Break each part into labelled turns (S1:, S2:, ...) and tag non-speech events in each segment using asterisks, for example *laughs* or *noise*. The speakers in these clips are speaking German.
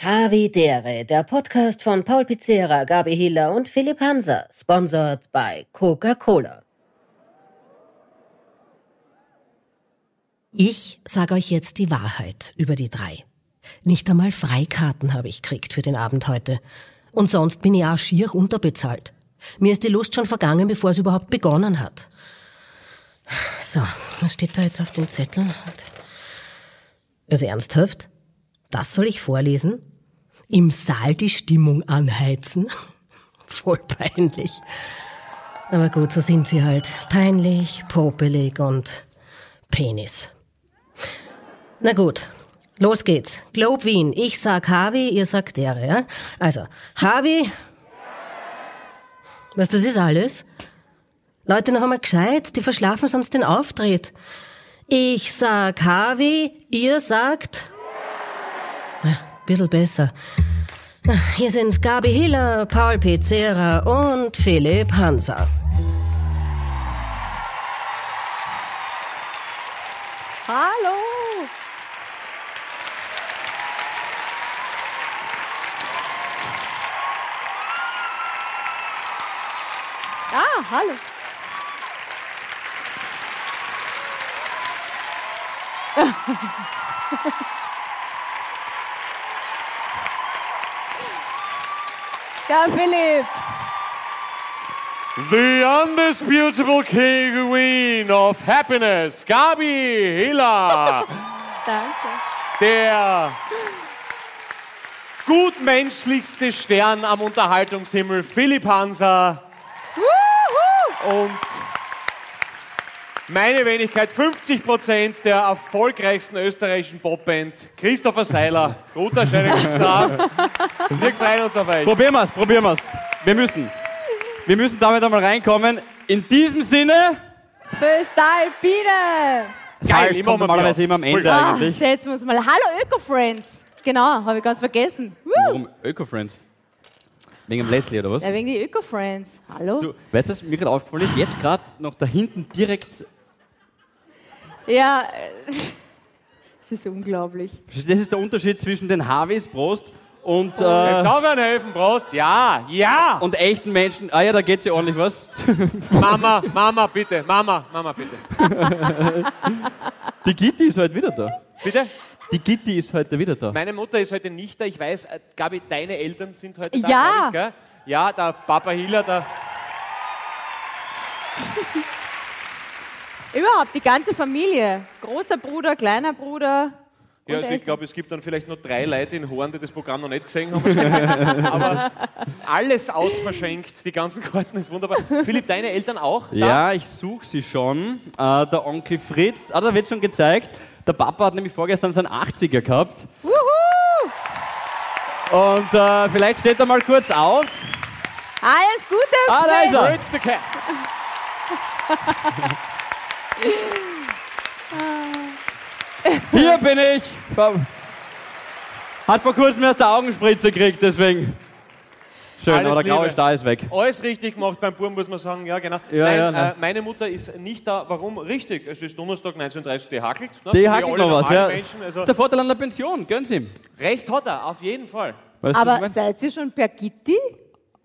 S1: Havidere, der Podcast von Paul Pizzera, Gabi Hiller und Philipp Hanser, sponsored by Coca-Cola.
S2: Ich sage euch jetzt die Wahrheit über die drei. Nicht einmal Freikarten habe ich kriegt für den Abend heute. Und sonst bin ich auch schier unterbezahlt. Mir ist die Lust schon vergangen, bevor es überhaupt begonnen hat. So, was steht da jetzt auf dem Zettel? Also ernsthaft? Das soll ich vorlesen? Im Saal die Stimmung anheizen? *laughs* Voll peinlich. Aber gut, so sind sie halt. Peinlich, popelig und Penis. Na gut, los geht's. Globe Wien. Ich sag Harvey, ihr sagt Dere, ja? Also, Harvey. Was, das ist alles? Leute, noch einmal gescheit, die verschlafen sonst den Auftritt. Ich sag Harvey, ihr sagt... Ja, Bissl besser. Hier sind Gabi Hiller, Paul Pizzera und Philipp Hanser.
S3: Hallo! Ah, hallo. Ja, Philipp.
S4: The undisputable king queen of happiness, Gabi Hiller,
S3: Danke.
S4: der gutmenschlichste Stern am Unterhaltungshimmel, Philipp Hanser
S3: Wuhu!
S4: und meine Wenigkeit 50% der erfolgreichsten österreichischen Popband, Christopher Seiler. Guter Scheine, guten Tag. Wir freuen uns auf euch.
S5: Probieren wir's, probieren wir's. Wir müssen. Wir müssen damit einmal reinkommen. In diesem Sinne,
S3: Fürs Alpine!
S4: Geil,
S5: immer
S4: immer mal
S5: normalerweise
S4: auf.
S5: immer am Ende
S3: Ah,
S5: eigentlich.
S3: setzen wir uns mal. Hallo Öko-Friends! Genau, habe ich ganz vergessen. Woo!
S5: Warum Öko-Friends? Wegen dem Leslie oder was?
S3: Ja, wegen die Öko-Friends. Hallo?
S5: Du, weißt du, was mir gerade aufgefallen ist? Jetzt gerade noch da hinten direkt,
S3: Ja, äh, *laughs* es ist unglaublich.
S5: das ist der Unterschied zwischen den Harveys, Prost, und,
S4: Jetzt
S5: äh,
S4: aufhören helfen, Prost. Ja, ja.
S5: und echten Menschen. Ah ja, da geht ja ordentlich was.
S4: Mama, Mama, bitte. Mama, Mama, bitte.
S5: Die Gitti ist heute wieder da.
S4: Bitte?
S5: Die Gitti ist heute wieder da.
S4: Meine Mutter ist heute nicht da. Ich weiß, äh, Gabi, deine Eltern sind heute da.
S3: Ja.
S4: glaub Ich, gell? Ja, der Papa Hiller, der.
S3: Überhaupt die ganze Familie. Großer Bruder, kleiner Bruder.
S4: Ja, also ich
S3: Eltern.
S4: glaube, es gibt dann vielleicht nur drei Leute in Horn, die das Programm noch nicht gesehen
S3: *laughs*
S4: haben. wahrscheinlich. Aber alles ausverschenkt, die ganzen Karten ist wunderbar. Philipp, deine Eltern auch? da?
S5: Ja, ich suche sie schon. Äh, der Onkel Fritz, ah, da wird schon gezeigt. Der Papa hat nämlich vorgestern seinen 80er gehabt.
S3: Wuhu!
S5: Und äh, vielleicht steht er mal kurz auf.
S3: Alles Gute,
S5: Ah, da ist
S3: Friends!
S5: er.
S4: Fritz the Cat.
S5: Hier bin ich. Hat vor kurzem erst eine Augenspritze gekriegt, deswegen. Schön,
S4: Alles
S5: aber der graue
S4: Liebe.
S5: Star ist weg.
S4: Alles richtig gemacht beim Buben, muss man sagen. Ja, genau.
S5: Ja,
S4: Nein,
S5: ja, nein.
S4: Äh, meine Mutter ist nicht da. Warum? Richtig. Es ist Donnerstag 19.30 Uhr, die hakelt. ne? Wie
S5: Die hackelt
S4: alle
S5: noch was,
S4: normalen
S5: ja.
S4: Menschen, also
S5: Der Vorteil an der Pension, gönn's ihm.
S4: recht hat er, auf jeden Fall.
S5: Weißt du, was ich
S3: Aber
S5: mein?
S3: seid ihr schon Birgitti?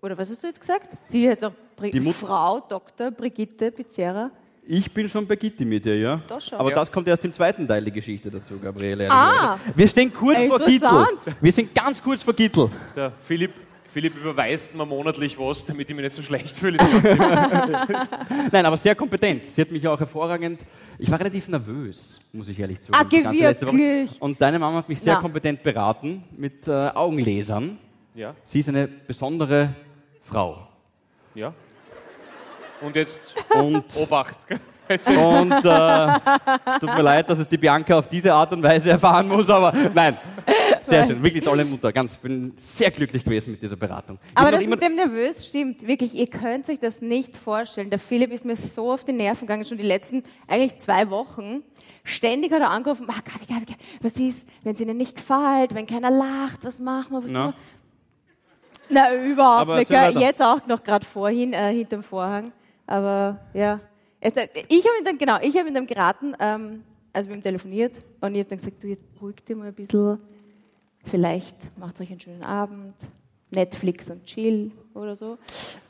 S3: Oder was hast du jetzt gesagt? Sie heißt doch Bri
S5: Die Mut-
S3: Frau Dr. Brigitte Pizzerra.
S5: Ich bin schon bei Gitti mit dir, ja.
S3: Das schon.
S5: Aber
S4: Ja.
S5: das kommt erst im zweiten Teil der Geschichte dazu, Gabriele. Also,
S3: Ah.
S5: Wir stehen kurz vor Gittel.
S3: Interessant.
S5: Wir sind ganz kurz vor Gittel.
S4: Der Philipp, Philipp überweist mir monatlich was, damit ich mich nicht so schlecht fühle.
S5: Nein, aber sehr kompetent. Sie hat mich auch hervorragend. Ich war relativ nervös, muss ich ehrlich zugeben.
S3: Ah,
S5: die ganze letzte Woche.
S3: wirklich?
S5: Und deine Mama hat mich sehr
S3: Na.
S5: kompetent beraten mit äh, Augenlesern.
S4: Ja,
S5: Sie ist eine besondere Frau.
S4: ja. Und jetzt
S5: Und,
S4: Obacht. gell?
S5: und äh, tut mir leid, dass es die Bianca auf diese Art und Weise erfahren muss, aber nein. Sehr schön, wirklich tolle Mutter. Ganz, bin sehr glücklich gewesen mit dieser Beratung. Ich
S3: Aber
S5: hab noch
S3: das
S5: immer-
S3: mit dem Nervös stimmt. Wirklich, ihr könnt euch das nicht vorstellen. Der Philipp ist mir so auf die Nerven gegangen, schon die letzten eigentlich zwei Wochen. Ständig hat er angerufen, ah, Gabi, Gabi, Gabi, was ist, wenn es ihnen nicht gefällt, wenn keiner lacht, was machen wir, was
S5: Na?
S3: tun wir? Na, überhaupt
S5: Aber
S3: nicht.
S5: erzähl
S3: Gell?
S5: weiter.
S3: Jetzt auch noch gerade vorhin, äh, hinterm Vorhang. Aber ja. Es, äh, ich habe ihm dann, genau, ich habe ihm dann geraten, ähm, also wir haben telefoniert und ich habe dann gesagt, du, jetzt beruhig dich mal ein bisschen. Vielleicht macht euch einen schönen Abend, Netflix und Chill oder so.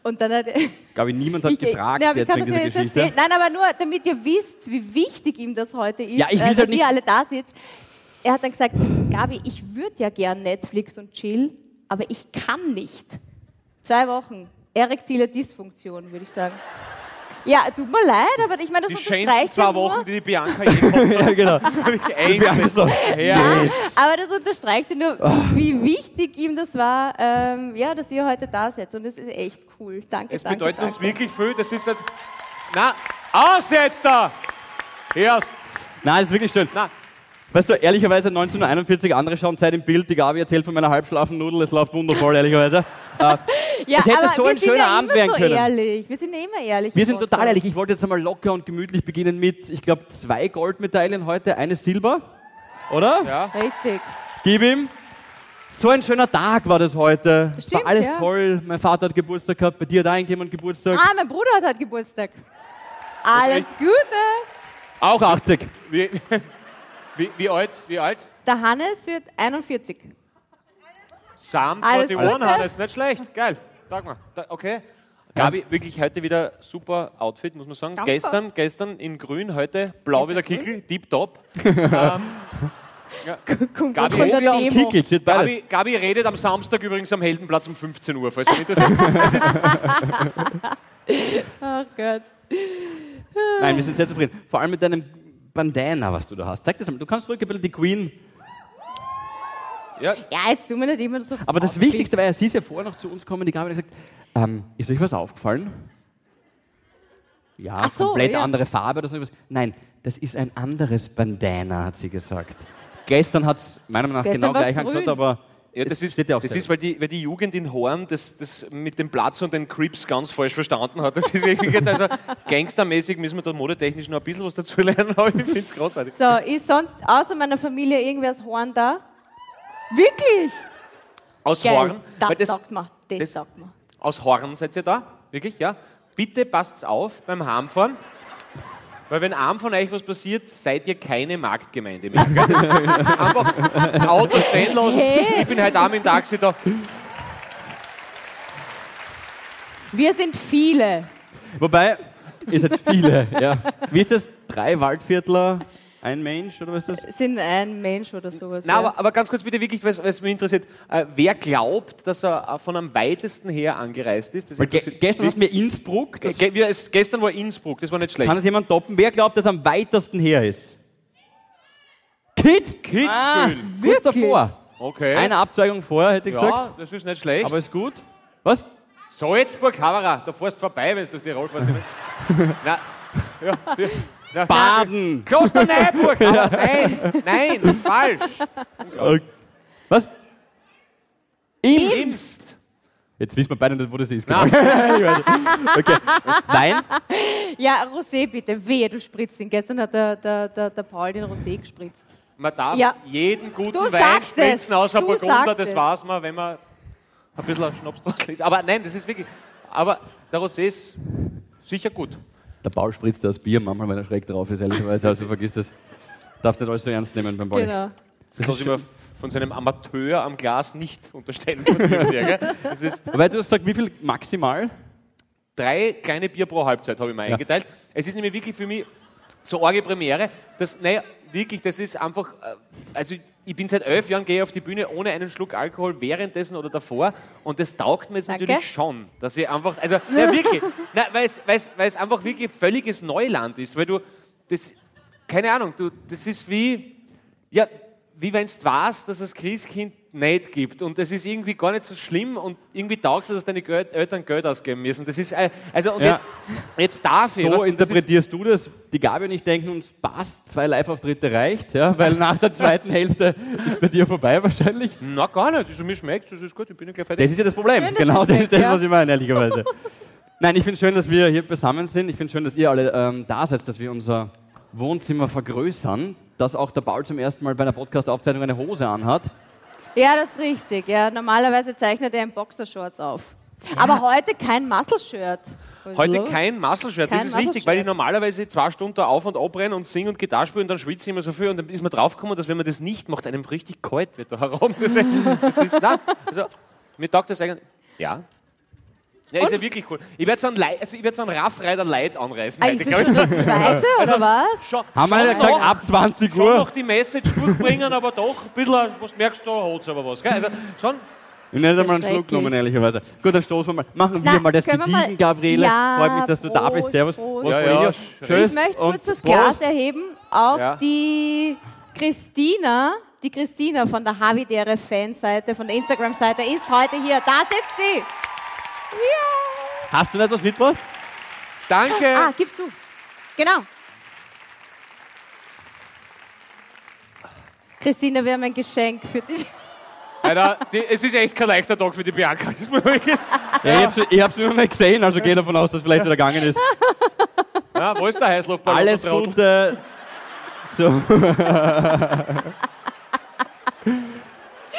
S3: Und dann hat *laughs*
S5: Glaube ich, niemand hat
S3: Ich-
S5: gefragt
S3: Ja, aber ich
S5: jetzt
S3: kann
S5: wegen
S3: das ja
S5: dieser
S3: jetzt
S5: Geschichte.
S3: erzählen. Nein, aber nur, damit ihr wisst, wie wichtig ihm das heute ist,
S5: Ja, ich
S3: äh,
S5: will's halt
S3: dass
S5: nicht-
S3: ihr alle da sitzt. Er hat dann gesagt, Gabi, ich würde ja gern Netflix und Chill, aber ich kann nicht. Zwei Wochen. Erektile Dysfunktion, würde ich sagen. Ja, tut mir leid, aber ich meine,
S4: Die
S3: das
S4: schönsten
S3: unterstreicht
S4: zwei
S3: ja
S4: Wochen,
S3: nur...
S4: die die Bianca je kommt,
S5: *laughs* ja, genau.
S4: wirklich
S5: Ich bin auch
S4: ein.
S5: so,
S4: Ja.
S5: yes.
S3: Aber das unterstreicht ja nur, wie wichtig ihm das war, ähm, ja, dass ihr heute da seid. Und das ist echt cool. Danke,
S4: Es
S3: danke,
S4: bedeutet
S3: danke.
S4: uns wirklich viel. Das ist jetzt. Na, aus jetzt da! Erst.
S5: Nein, das ist wirklich schön.
S4: Na,
S5: Weißt du, ehrlicherweise 1941, andere schauen Zeit im Bild, die Gabi erzählt von meiner halbschlafen Nudel, es läuft wundervoll, ehrlicherweise. Äh,
S3: Ja,
S5: Es hätte
S3: aber
S5: so
S3: wir
S5: ein
S3: sind
S5: schöner
S3: ja
S5: Abend
S3: immer
S5: werden
S3: so
S5: können.
S3: Ehrlich. Wir sind ja immer ehrlich.
S5: wir
S3: im
S5: sind
S3: Podcast.
S5: total ehrlich, ich wollte jetzt einmal locker und gemütlich beginnen mit, ich glaube, zwei Goldmedaillen heute, eine Silber, oder?
S4: ja.
S3: Richtig.
S5: Gib ihm. So ein schöner Tag war das heute.
S3: Das
S5: es war
S3: stimmt,
S5: alles
S3: ja.
S5: toll. Mein Vater hat Geburtstag gehabt, bei dir hat auch irgendjemand Geburtstag.
S3: Ah, mein Bruder hat heute Geburtstag. Alles Gute.
S5: Auch 80.
S4: Wie, *laughs* wie, wie alt? Wie alt?
S3: Der Hannes wird 41.
S4: Sam
S3: Alles
S4: 41
S3: Gute.
S4: Hannes, nicht schlecht. Geil. Sag mal. Da, okay. Gabi, wirklich heute wieder super Outfit, muss man sagen.
S3: Danke.
S4: Gestern, gestern in grün, heute blau wie der
S3: Gestern
S4: Kickel, deep top.
S3: *laughs* Kommt
S4: Gabi,
S3: von der
S5: Vogel und
S3: Demo.
S5: Kickel, steht beides.
S4: Gabi, Gabi redet am Samstag übrigens am Heldenplatz um 15 Uhr, falls ihr *laughs* interessiert. Das ist
S3: Ach Oh Gott.
S5: Nein, wir sind sehr zufrieden. Vor allem mit deinem Bandana, was du da hast. Zeig das mal. Du kannst ruhig ein bisschen die Queen.
S3: Ja, jetzt tun wir nicht immer so. aufs
S5: Aber das
S3: Outfit.
S5: Wichtigste war ja, sie ist ja vorher noch zu uns gekommen, die Gabi hat gesagt, ähm, ist euch was aufgefallen? Ja,
S3: Ach so,
S5: komplett
S3: ja.
S5: andere Farbe oder so etwas. Nein, das ist ein anderes Bandana, hat sie gesagt. Gestern hat es meiner Meinung nach
S3: Gestern
S5: genau
S3: war's
S5: gleich angeschaut,
S3: grün.
S5: aber
S4: Ja, das
S5: es
S4: ist,
S5: steht ja auch
S4: das
S5: selber.
S4: ist weil, die, weil die Jugend in Horn das, das mit dem Platz und den Crips ganz falsch verstanden hat. Das ist wirklich jetzt also gangstermäßig müssen wir da modetechnisch noch ein bisschen was dazu lernen, aber ich finde es großartig.
S3: So, ist sonst außer meiner Familie irgendwer's Horn da? Wirklich?
S4: Aus
S3: Geil.
S4: Horn,
S3: Das,
S4: weil das,
S3: sagt man. Das,
S4: das-
S3: sagt man.
S4: aus Horn seid ihr da? Wirklich, ja? Bitte passt auf beim Heimfahren. Weil wenn einem von euch was passiert, seid ihr keine Marktgemeinde mehr. Gell? Das- Einfach das Auto stehen lassen.
S3: Hey.
S4: Ich bin halt heute Abend im Taxi da.
S3: Wir sind viele.
S5: Wobei, ihr seid viele, *laughs* ja. Wie ist das? Drei Waldviertler, ein Mensch oder was ist das?
S3: Sind ein Mensch oder sowas.
S4: Na,
S3: ja.
S4: aber, aber ganz kurz bitte wirklich, was, was mich interessiert. Äh, wer glaubt, dass er äh, von am weitesten her angereist ist? Das
S5: Weil ge
S4: interessiert
S5: gestern
S4: mich.
S5: hatten wir Innsbruck. Das
S4: Ge- wir- es, gestern war Innsbruck, das war nicht schlecht.
S5: kann es jemand toppen? Wer glaubt, dass am weitesten her ist? Kitzbühel.
S4: Kitzbühel.
S5: Kurz
S3: Ah, Wirklich?
S5: davor.
S4: Okay.
S5: Eine Abzweigung vorher, hätte ich
S4: ja,
S5: gesagt.
S4: das ist nicht schlecht.
S5: Aber ist gut. Was?
S4: Salzburg, Havara, da fährst du vorbei, wenn du durch Tirol
S5: *laughs*
S4: fährst. Na, ja, ja, na,
S5: Baden.
S4: Klosterneuburg, aber nein, nein, falsch.
S5: Äh, Was? Im.
S4: Imst.
S5: Jetzt wissen wir beide nicht, wo das ist.
S4: Na.
S5: Genau. *laughs* Ich weiß nicht. okay. Wein?
S3: Ja, Rosé bitte. Wehe, du spritzt ihn. Gestern hat der, der, der, der Paul den Rosé gespritzt.
S4: Man darf
S3: Ja.
S4: jeden guten
S3: Du
S4: Wein
S3: sagst es.
S4: spritzen, außer
S3: Du
S4: Burgunder,
S3: sagst
S4: das
S3: es.
S4: weiß man, wenn man ein bisschen einen Schnaps draus liest. Aber nein, das ist wirklich, aber der Rosé ist sicher gut.
S5: Der Paul spritzt das Bier manchmal, weil er schräg drauf ist, ehrlicherweise. Also vergiss das. Darf nicht alles so ernst nehmen beim Paul.
S3: Genau.
S4: Das lasse ich mir von seinem Amateur am Glas nicht unterstellen. *laughs* von jemandem her, gell? Das ist
S5: Weil du hast gesagt, wie viel maximal?
S4: drei kleine Bier pro Halbzeit habe ich mir
S5: Ja.
S4: eingeteilt. Es ist nämlich wirklich für mich so arge Premiere, dass, naja, wirklich, das ist einfach, äh, also ich- ich bin seit elf Jahren, gehe auf die Bühne ohne einen Schluck Alkohol währenddessen oder davor und das taugt mir jetzt
S3: Danke.
S4: natürlich schon, dass ich einfach, also, na wirklich, *laughs* na, weil es- weil es weil es einfach wirklich völliges Neuland ist, weil du, das, keine Ahnung, du, das ist wie, ja, wie wenn du weißt, dass es Christkind nicht gibt und das ist irgendwie gar nicht so schlimm und irgendwie taugt es, dass deine Geld, Eltern Geld ausgeben müssen. Das ist, äh, also und
S5: Ja.
S4: jetzt, jetzt darf ich.
S5: So
S4: weißt du, das ist-
S5: interpretierst du das. Die Gabi und ich denken uns, passt, zwei Live-Auftritte reicht, ja, weil nach der zweiten Hälfte ist bei dir vorbei wahrscheinlich.
S4: Na gar nicht, also mir schmeckt das ist gut, ich bin ja gleich fertig.
S5: Das ist ja das Problem.
S3: Schön, dass
S5: genau
S3: es
S5: das ist
S3: schmeckt,
S5: das,
S3: ja.
S5: was ich meine, ehrlicherweise. *laughs* Nein, ich finde schön, dass wir hier zusammen sind. Ich finde schön, dass ihr alle ähm, da seid, dass wir unser Wohnzimmer vergrößern, dass auch der Paul zum ersten Mal bei einer Podcast-Aufzeichnung eine Hose anhat.
S3: Ja, das ist richtig. Ja, normalerweise zeichnet er in Boxershorts auf. Aber heute kein Muscle-Shirt. Also,
S4: Heute kein Muscle-Shirt, das
S3: Kein
S4: ist richtig, weil ich
S3: Muscle-Shirt.
S4: normalerweise zwei Stunden auf und abrenne und singe und Gitarre spiele und dann schwitze ich immer so viel und dann ist mir draufgekommen, dass wenn man das nicht macht, einem richtig kalt wird da herum. Deswegen, das ist, nein, also, mir taugt das eigentlich. Ja. Ja, ist ja wirklich cool. Ich werde so einen, Lei- also ich werd so einen Raffreiter Light anreißen.
S3: Ah,
S4: heute,
S3: ist das
S4: glaub
S3: schon das zweite, oder was?
S4: Schon,
S5: Haben wir
S4: schon
S5: ja gesagt,
S4: noch-
S5: ab 20
S4: Schon
S5: Uhr.
S4: noch die Message durchbringen, aber doch ein bisschen, was merkst du, da holt's aber was. Gell? Also schon,
S5: Ich hätte mal einen
S3: Schrecklich.
S5: Schluck genommen, ehrlicherweise. Gut, dann stoßen wir mal. Machen wir
S3: Na,
S5: mal das
S3: können wir mal-
S5: Gediegen, Gabriele.
S3: Ja,
S5: Freut mich, dass du da bist.
S3: Prost,
S5: Servus.
S3: Prost.
S5: Prost,
S4: Ja,
S5: Maria.
S4: ja.
S5: Tschüss
S3: Ich möchte
S5: und
S3: kurz das
S5: Prost.
S3: Glas erheben auf
S4: Ja.
S3: die Christina. Die Christina von der Havidere Fanseite, von der Instagram-Seite ist heute hier. Da sitzt sie. Ja.
S5: Hast du noch etwas mitgebracht?
S4: danke.
S3: Ah, gibst du. Genau. Christina, wir haben ein Geschenk für dich.
S4: Alter, die, es ist echt kein leichter Tag für die Bianca. Das muss man wirklich-
S5: Ja, ich hab's, ich hab's immer mal gesehen, also gehe davon aus, dass vielleicht wieder gegangen ist.
S4: Ja, wo ist der Heißluftballon?
S5: Alles
S4: Rotl?
S5: Gute. So.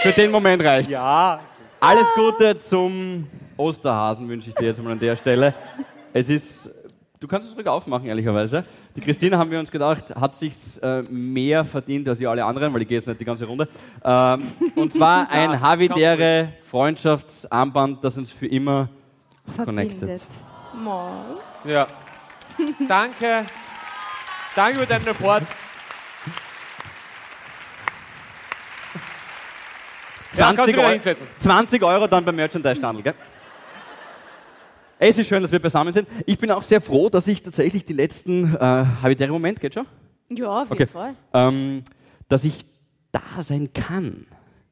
S5: Für den Moment reicht's.
S4: Ja,
S5: Alles Gute zum Osterhasen wünsche ich dir jetzt mal an der Stelle. Es ist, du kannst es ruhig aufmachen, ehrlicherweise. Die Christina haben wir uns gedacht, hat sich äh, mehr verdient als ihr alle anderen, weil ich gehe jetzt nicht die ganze Runde. Ähm, und zwar ein Havidere Freundschaftsarmband, das uns für immer
S3: Verbindet. Mo.
S4: Ja. Danke. Danke für deinen Report. Ja, kannst du
S5: 20,
S4: wieder
S5: Eu
S4: hinsetzen.
S5: 20 Euro dann beim Merchandise-Standel, gell? Es ist schön, dass wir beisammen sind. Ich bin auch sehr froh, dass ich tatsächlich die letzten, äh, Havidere Moment, geht schon?
S3: Ja, auf jeden
S5: Okay.
S3: Fall.
S5: Ähm, dass ich da sein kann.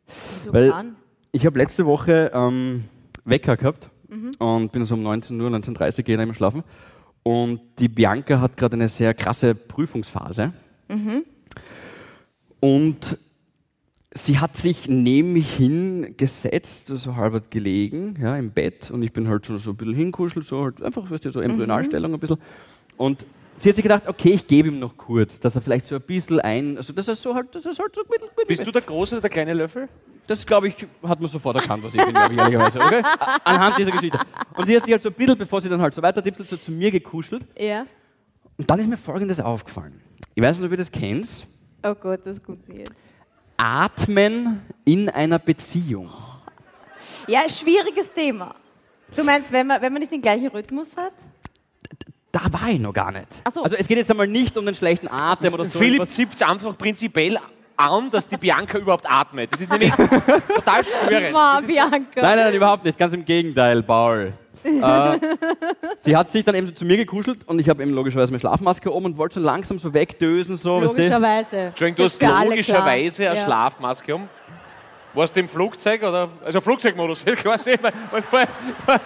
S3: Wieso
S5: Weil-
S3: kann?
S5: Ich habe letzte Woche ähm, Wecker gehabt und bin so um 19 Uhr, 19.30 Uhr gehe ich immer schlafen. Und die Bianca hat gerade eine sehr krasse Prüfungsphase. Und sie hat sich neben mich hingesetzt, so halb gelegen, ja, im Bett. Und ich bin halt schon so ein bisschen hinkuschelt, so halt einfach, weißt du, so Embryonalstellung ein bisschen. Und sie hat sich gedacht, okay, ich gebe ihm noch kurz, dass er vielleicht so ein bisschen ein, also dass er so halt, dass er halt so mittel, mittel,
S4: Bist du der große oder der kleine Löffel?
S5: das, glaube ich, hat man sofort erkannt, was ich bin, glaube ich, ehrlicherweise. Okay? Anhand dieser Geschichte. Und sie hat sich halt so ein bisschen, bevor sie dann halt so weiter tippelt, so zu mir gekuschelt.
S3: Ja.
S5: Und dann ist mir Folgendes aufgefallen. Ich weiß nicht, ob ihr das kennt.
S3: Oh Gott, das kommt nicht.
S5: Atmen in einer Beziehung.
S3: Ja, schwieriges Thema. Du meinst, wenn man, wenn man nicht den gleichen Rhythmus hat?
S5: Da war ich noch gar nicht.
S3: Ach so.
S5: Also es geht jetzt einmal nicht um den schlechten Atem oder so.
S4: Philipp
S5: etwas.
S4: zipft einfach prinzipiell an, dass die Bianca überhaupt atmet. Das ist nämlich total schwierig.
S3: Wow, Bianca.
S5: Nein, nein, überhaupt nicht. Ganz im
S3: *laughs*
S5: Gegenteil, Paul. äh, sie hat sich dann eben so zu mir gekuschelt und ich habe eben logischerweise meine Schlafmaske oben und wollte so langsam so wegdösen. So, weißt du?
S3: Logischerweise.
S4: Entschuldigung, du
S3: Ist
S4: hast
S3: für alle
S4: logischerweise
S3: klar.
S4: eine
S3: Ja.
S4: Schlafmaske um. Warst du im Flugzeug oder? Also Flugzeugmodus, *laughs* quasi. Weil- weil- weil- weil-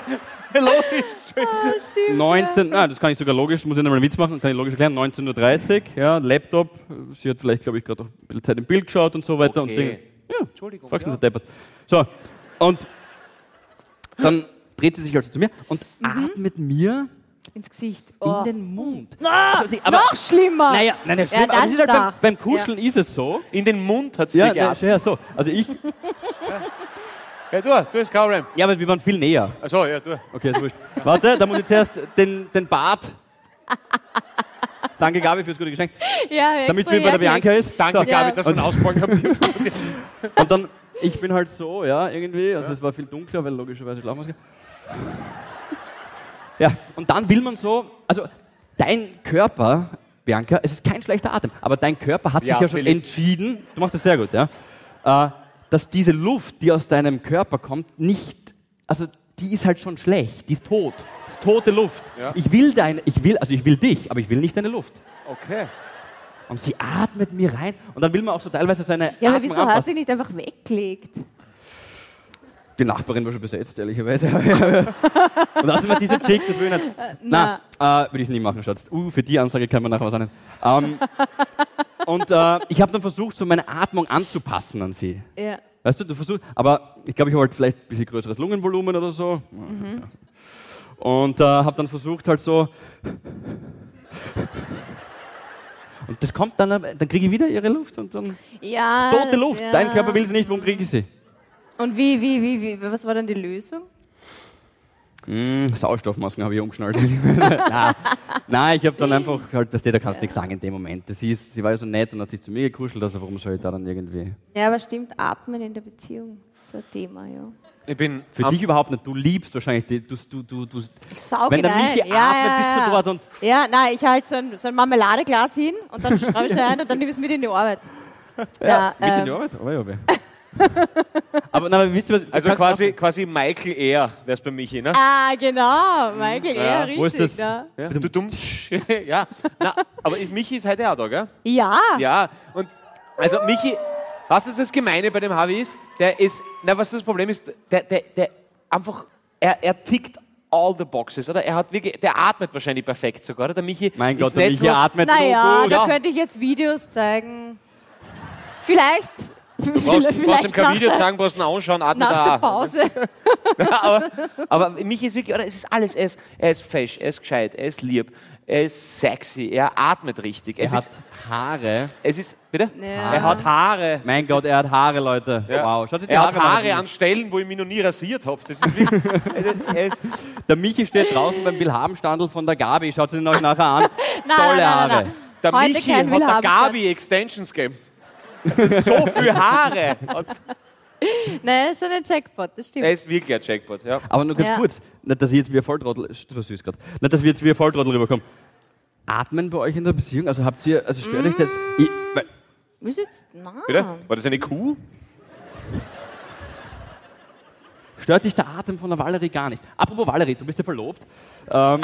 S4: Logisch.
S3: Ah, stimmt,
S5: 19, nein, ah, das kann ich sogar logisch, muss ich nochmal einen Witz machen, kann ich logisch erklären. 19.30 Uhr, ja, Laptop, äh, sie hat vielleicht, glaube ich, gerade auch ein bisschen Zeit im Bild geschaut und so weiter. Und
S4: Okay.
S5: Dinge. Ja,
S4: Entschuldigung,
S5: fragst du
S4: ja.
S5: so deppert. So, und dann dreht sie sich also zu mir und
S3: Mhm.
S5: atmet mir
S3: ja. Ins Gesicht. Oh.
S5: in den Mund.
S3: Ah,
S5: Also sie- aber-
S3: noch schlimmer.
S5: Naja, nein, nein, schlimm,
S3: Ja,
S5: aber
S3: das
S5: das ist halt beim,
S3: doch.
S5: beim Kuscheln ist es so.
S4: In den Mund hat sie
S5: Ja,
S4: ja,
S5: ja,
S4: geatmet.
S5: ja, so. Also ich,
S4: Ja, du, du ist kein Problem.
S5: ja, aber wir waren viel näher.
S4: Achso, ja, du.
S5: Okay, ist wurscht. Warte, da muss ich zuerst den, den Bart. Danke, Gabi, fürs gute Geschenk.
S3: Ja, extra
S5: Damit es wie bei der
S3: hergelegt.
S5: Bianca ist.
S4: Danke,
S5: So.
S4: Gabi, dass wir ihn
S5: Und-
S4: ausbauen haben dürfen.
S5: Und dann, ich bin halt so, ja, irgendwie. Also es war viel dunkler, weil logischerweise Schlafmaske. Ja, und dann will man so, also dein Körper, Bianca, es ist kein schlechter Atem, aber dein Körper hat
S4: Ja,
S5: sich ja schon
S4: Philipp.
S5: entschieden, du machst das sehr gut, ja, äh, dass diese Luft, die aus deinem Körper kommt, nicht, also die ist halt schon schlecht, die ist tot, das ist tote Luft.
S4: Ja.
S5: Ich will deine, ich will, also ich will dich, aber ich will nicht deine Luft.
S4: Okay.
S5: Und sie atmet mir rein und dann will man auch so teilweise seine
S3: Ja, aber
S5: Atmung
S3: wieso hast
S5: anpassen.
S3: du dich nicht einfach weggelegt?
S5: Die Nachbarin war schon besetzt, ehrlicherweise. *laughs* Und außerdem hat diese Chick, das will ich nicht. Nein, äh, würde ich nie machen, Schatz. Uh, für die Ansage kann man nachher was annehmen. Ähm, und äh, ich habe dann versucht, so meine Atmung anzupassen an sie.
S3: Ja.
S5: Weißt du, du versuchst, aber ich glaube, ich habe halt vielleicht ein bisschen größeres Lungenvolumen oder so.
S3: Mhm.
S5: Und äh, habe dann versucht, halt so. Und das kommt dann, dann kriege ich wieder ihre Luft und dann.
S3: ja
S5: Tote
S3: Ah, das-
S5: Luft!
S3: ja.
S5: Dein Körper will sie nicht, warum kriege ich sie?
S3: Und wie, wie, wie, wie, was war dann die Lösung?
S5: Mm, Sauerstoffmasken habe ich umgeschnallt. *laughs* Nein. Nein, ich habe dann einfach halt, dass der, da kannst du nichts sagen in dem Moment. Das ist, sie war ja so nett und hat sich zu mir gekuschelt, also warum soll ich da dann irgendwie.
S3: Ja, aber stimmt, Atmen in der Beziehung ist ein Thema, ja.
S4: Ich bin
S5: Für
S4: am-
S5: dich überhaupt nicht. Du liebst wahrscheinlich, die, du, du, du, du,
S3: Ich sauge
S5: Wenn der
S3: ihn ein.
S5: Michi atmet, bist du dort und-
S3: Ja, nein, ich halte so ein, so ein Marmeladeglas hin und dann schraube ich da ein und dann nehme ich es mit in die Arbeit. Ja,
S5: mit in die
S3: ähm,
S5: Arbeit. Aber, ja, aber. aber, *laughs* nein, aber wisst ihr was? du
S4: Also
S5: kannst
S4: quasi, quasi Michael Ehr wär's bei Michi, ne?
S3: Ah, genau, Michael, ja, richtig. ne?
S5: wo ist das?
S3: Ja,
S4: Ja, du dumm. *laughs* ja. Na, aber ist- Michi ist heute auch da, gell?
S3: ja.
S4: Ja. Und also Michi, was ist das Gemeine bei dem Harvey ist? Der ist, na was das Problem ist, der, der, der einfach, er, er tickt all the boxes, oder? Er hat wirklich, der atmet wahrscheinlich perfekt sogar, oder? Der Michi
S5: Mein Gott,
S4: ist
S5: der
S4: nicht
S5: Michi
S4: nur-
S5: atmet
S3: naja,
S5: so gut.
S3: da
S4: ja.
S3: könnte ich jetzt Videos zeigen. Vielleicht.
S4: Du brauchst, du
S3: *laughs*
S4: brauchst
S3: vielleicht
S4: dem kein
S3: nach
S4: Video
S3: der-
S4: zeigen, brauchst ihn anschauen, atmet
S3: Nach der
S4: er auch.
S3: Pause.
S4: Aber Michi ist wirklich, oder? Es ist alles, er ist, er ist fesch, er ist gescheit, er ist lieb, er ist sexy, er atmet richtig. Es
S5: Er
S4: ist,
S5: hat Haare.
S4: es ist, bitte?
S3: Ja.
S4: Er hat Haare.
S5: Mein Gott, er hat Haare, Leute. Wow, schaut euch die
S4: er hat
S5: an.
S4: Haare an Stellen, wo ich mich noch nie rasiert habe. Das ist wirklich, *laughs* er ist,
S5: Der Michi steht draußen beim Willhabenstandel von der Gabi. Schaut sie ihn euch nachher
S3: *laughs*
S5: an. Tolle Haare.
S4: der
S3: Heute
S4: Michi
S3: kein
S4: hat der
S3: Willhaben
S4: Gabi Extensions gegeben. Das ist so viel Haare. Und
S3: Nein, schon ein Jackpot, das stimmt.
S4: er ist wirklich ein Jackpot. Ja.
S5: Aber nur ganz
S3: Ja.
S5: kurz, nicht, dass ich jetzt wie ein Volltrottel, das war süß gerade, nicht, dass wir jetzt wie ein Volltrottel rüberkommen. Atmen bei euch in der Beziehung? Also habt ihr, also stört euch das? Ich, weil,
S3: Ist jetzt, nein.
S4: Bitte? War das eine Kuh?
S5: stört dich der Atem von der Valerie gar nicht? Apropos Valerie, du bist ja verlobt. Ähm,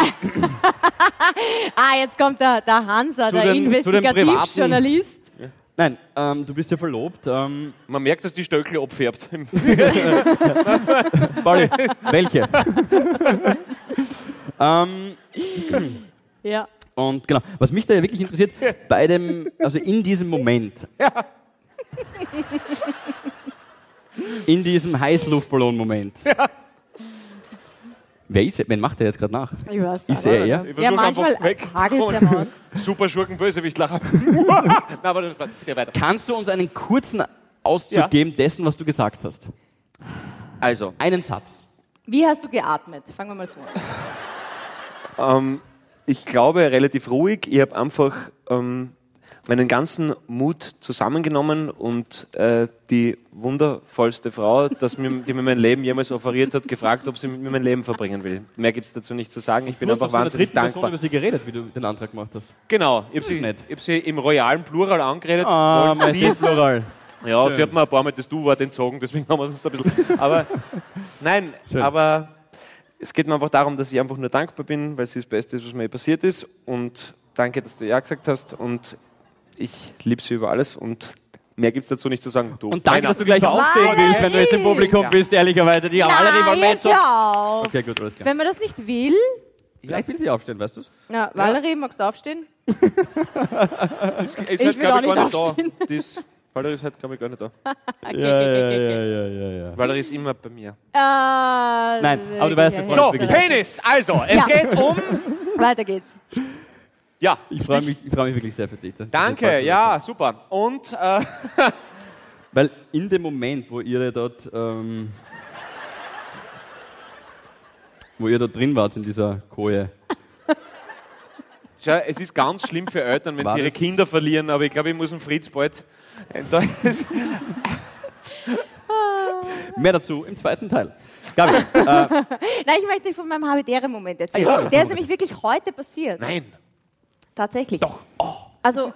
S3: Ah, jetzt kommt der, der Hansa,
S5: Zu
S3: der
S5: den- zu den privaten-
S3: Investigativjournalist.
S5: nein, ähm, du bist ja verlobt. Ähm,
S4: Man merkt, dass die Stöckel abfärbt.
S5: Pauli, welche? ähm,
S3: Ja.
S5: Und genau, was mich da ja wirklich interessiert,
S4: *laughs*
S5: bei dem, also in diesem Moment. In diesem Heißluftballon-Moment. Wer ist er? Wen macht er jetzt gerade nach?
S3: Ich weiß
S5: Ist er er?
S4: Ich versuch
S3: Ja, manchmal
S4: einfach wegzukommen.
S3: hagelt der Maus.
S4: Super Schurken Bösewicht lachen. *laughs* Nein, aber das bitte weiter.
S5: Kannst du uns einen kurzen Auszug
S4: Ja.
S5: geben dessen, was du gesagt hast?
S4: Also,
S5: Einen Satz.
S3: Wie hast du geatmet? Fangen wir mal so an.
S4: ich glaube relativ ruhig. Ich habe einfach ähm, meinen ganzen Mut zusammengenommen und äh, die wundervollste Frau, das mir, die mir mein Leben jemals offeriert hat, gefragt, ob sie mit mir mein Leben verbringen will. Mehr gibt es dazu nicht zu sagen. Ich bin einfach wahnsinnig
S5: Person
S4: dankbar.
S5: über sie geredet, wie du den Antrag gemacht hast.
S4: Genau, ich habe
S5: ist
S4: sie,
S5: nett.
S4: ich hab sie im royalen Plural angeredet. Wollen
S5: Ah, mein
S4: sie,
S5: Plural.
S4: ja,
S5: schön.
S4: sie hat mir ein paar Mal das Du-Wort entzogen, deswegen haben wir uns da ein bisschen. *laughs* Aber nein,
S5: Schön.
S4: aber es geht mir einfach darum, dass ich einfach nur dankbar bin, weil sie das Beste ist, was mir je passiert ist. Und danke, dass du ja gesagt hast. Und ich liebe sie über alles. und mehr gibt es dazu nicht zu sagen. Du,
S5: Und danke,
S4: meiner.
S5: dass du gleich aufstehen willst, wenn du jetzt im Publikum
S4: Ja.
S5: bist, ehrlicherweise. Die Ah, Valerie
S3: Nein,
S5: wollen wir
S3: jetzt
S5: jetzt so.
S3: hör auf.
S5: Okay, gut, alles klar.
S3: Wenn man das nicht will,
S5: Vielleicht will sie aufstehen, weißt du es?
S3: na, Valerie, magst du aufstehen?
S4: Es ist
S3: Ich
S4: halt,
S3: will
S4: glaube
S3: auch
S4: ich, gar
S3: nicht Ah.
S4: nicht da. Die ist- Valerie ist halt, glaube ich, gar nicht da.
S5: Ja, ja, ja, ja, ja.
S4: Valerie ist immer bei mir.
S3: Äh,
S5: Nein, aber du weißt,
S3: ja,
S5: bevor
S3: ja.
S4: So,
S5: wirklich-
S4: Penis! Also, es
S3: Ja.
S4: geht um.
S3: Weiter geht's.
S4: Ja,
S5: Ich freue mich, ich freu mich wirklich sehr für dich. Das- das
S4: danke,
S5: freut mich
S4: ja, super. Und. Äh,
S5: wirklich. Weil in dem Moment, wo ihr dort, ähm, wo ihr dort drin wart in dieser Koje,
S4: Schau, es ist ganz schlimm für Eltern, wenn
S5: War
S4: sie ihre
S5: das-
S4: Kinder verlieren, aber ich glaube, ich muss dem Fritz bald. Äh, Da ist-
S5: mehr dazu im zweiten Teil. Gabi,
S3: Nein,
S5: *laughs*
S3: ich möchte von meinem habitären Moment erzählen.
S5: Ah, ja.
S3: Der ist nämlich wirklich heute passiert.
S4: *laughs* Nein,
S3: Tatsächlich. Doch. Also,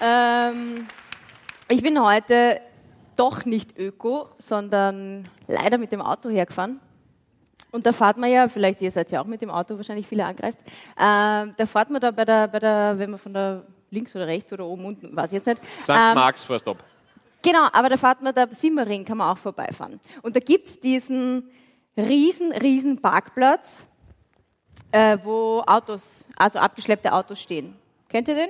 S3: ähm, ich bin heute doch nicht öko, sondern leider mit dem Auto hergefahren. Und da fährt man ja, vielleicht ihr seid ja auch mit dem Auto wahrscheinlich viele angereist, ähm, da fährt man da bei der, bei der, wenn man von der links oder rechts oder oben unten, weiß ich jetzt nicht.
S4: St.
S3: ähm,
S4: Marx first up.
S3: Genau, aber da fährt man, da Simmering kann man auch vorbeifahren. Und da gibt's diesen riesen, riesen Parkplatz, äh, wo Autos, also abgeschleppte Autos stehen. Kennt ihr den?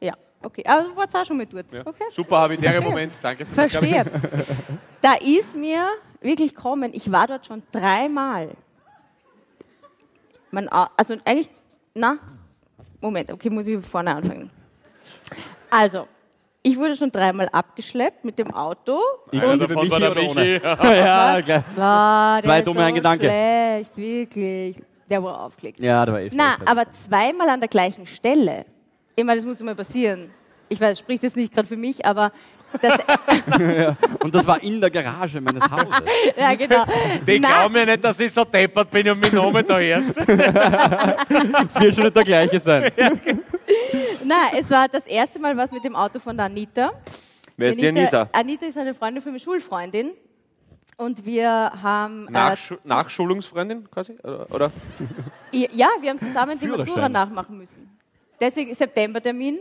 S3: Ja, okay. Aber du warst auch schon mal dort. Okay.
S4: Super habitärer Moment, danke.
S3: Verstehe. *laughs* Da ist mir wirklich kommen, ich war dort schon dreimal. Mein Au- also eigentlich, na, Moment, okay, muss ich von vorne anfangen. Also, Ich wurde schon dreimal abgeschleppt mit dem Auto.
S5: Irgendwie
S6: davon war der Michi.
S5: *laughs* Ja, klar.
S3: Boah, der
S5: also Zwei
S3: ist
S5: dumme,
S3: so
S5: ein Gedanke.
S3: schlecht, wirklich. Der wurde aufgelegt.
S5: ja, da war eh
S3: Na,
S5: schlecht.
S3: aber zweimal an der gleichen Stelle. Ich meine, das muss immer passieren. Ich weiß, spricht jetzt nicht gerade für mich, aber das, *laughs*
S5: Und das war in der Garage meines Hauses.
S3: ja genau.
S6: Die
S3: Na,
S6: glauben mir nicht, dass ich so deppert bin und mich oben
S3: *laughs*
S6: da
S5: *laughs*
S6: erst.
S5: Das wird schon nicht der gleiche sein.
S3: Na, es war das erste Mal was mit dem Auto von der Anita.
S4: Wer ist die Anita?
S3: Anita ist eine Freundin von mir, Schulfreundin. Und wir haben. äh,
S4: Nachschu Nachschulungsfreundin quasi? Oder? oder?
S3: i- ja, wir haben zusammen die Matura
S5: Führerschein.
S3: nachmachen müssen. Deswegen Septembertermin.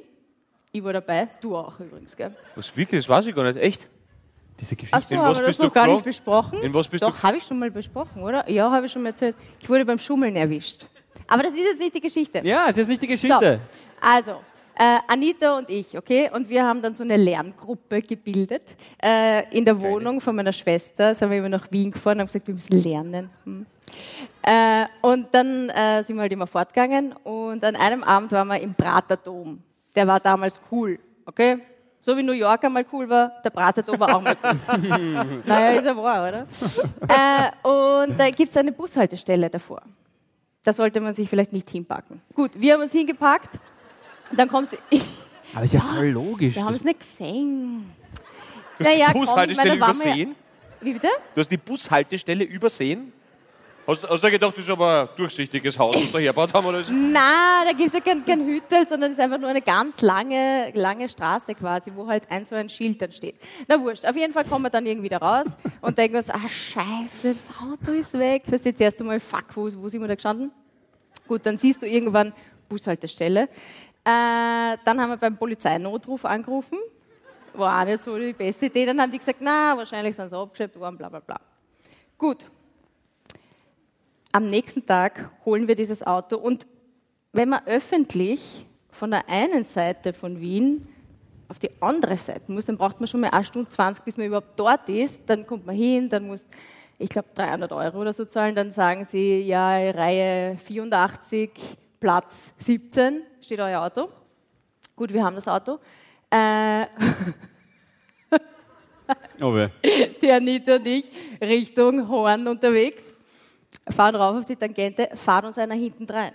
S3: Ich war dabei, du auch übrigens, gell?
S4: Was wirklich? Das weiß ich gar nicht. Echt?
S5: *laughs* Diese Geschichte.
S3: Ach so,
S4: In
S3: haben
S4: was
S3: wir das
S4: bist du
S3: noch gar nicht
S4: geflogen?
S3: besprochen?
S4: In was bist du
S3: Doch, habe ich schon mal besprochen, oder? Ja, habe ich schon mal erzählt. Ich wurde beim Schummeln erwischt. Aber das ist jetzt nicht die Geschichte.
S5: Ja, es ist nicht die Geschichte.
S3: So, also, äh, Anita und ich, okay? Und wir haben dann so eine Lerngruppe gebildet äh, in der Wohnung von meiner Schwester. Sind wir immer nach Wien gefahren und haben gesagt, wir müssen lernen. Hm. Äh, und dann äh, sind wir halt immer fortgegangen und an einem Abend waren wir im Praterdom. Der war damals cool, okay? So wie New York einmal cool war, der Praterdom war auch mal cool. naja, ist ja wahr, oder? äh, und da gibt es eine Bushaltestelle davor. Da sollte man sich vielleicht nicht hinpacken. Gut, wir haben uns hingepackt. Dann kommt *laughs* sie.
S5: Aber ist ja voll logisch.
S3: Wir haben es nicht gesehen.
S4: Du hast
S3: Naja,
S4: die
S3: komm, ich
S4: Bushaltestelle
S3: meine, da waren wir ja-
S4: übersehen?
S3: Wie bitte?
S4: Du hast die Bushaltestelle übersehen?
S6: Hast, hast du gedacht, das ist aber ein durchsichtiges Haus, was da hergebaut haben? Oder? was?
S3: Na, da gibt es ja kein, kein Hütel, sondern es ist einfach nur eine ganz lange, lange Straße quasi, wo halt ein so ein Schild dann steht. Na wurscht, auf jeden Fall kommen wir dann irgendwie da raus und denken uns, ah scheiße, das Auto ist weg. Weißt du, jetzt erst einmal, fuck, wo, wo sind wir da gestanden? Gut, dann siehst du irgendwann Bushaltestelle. Äh, dann haben wir beim Polizeinotruf angerufen. War auch nicht so die beste Idee. Dann haben die gesagt, na, wahrscheinlich sind sie abgeschleppt worden, bla bla bla. Gut. Am nächsten Tag holen wir dieses Auto und wenn man öffentlich von der einen Seite von Wien auf die andere Seite muss, dann braucht man schon mal eine Stunde 20, bis man überhaupt dort ist. Dann kommt man hin, dann muss, ich glaube, 300 Euro oder so zahlen. Dann sagen sie, ja, Reihe 84, Platz 17 steht euer Auto. Gut, wir haben das Auto. Äh,
S5: Oh, weh.
S3: die Anita und ich Richtung Horn unterwegs, fahren rauf auf die Tangente, fahren uns einer hinten rein.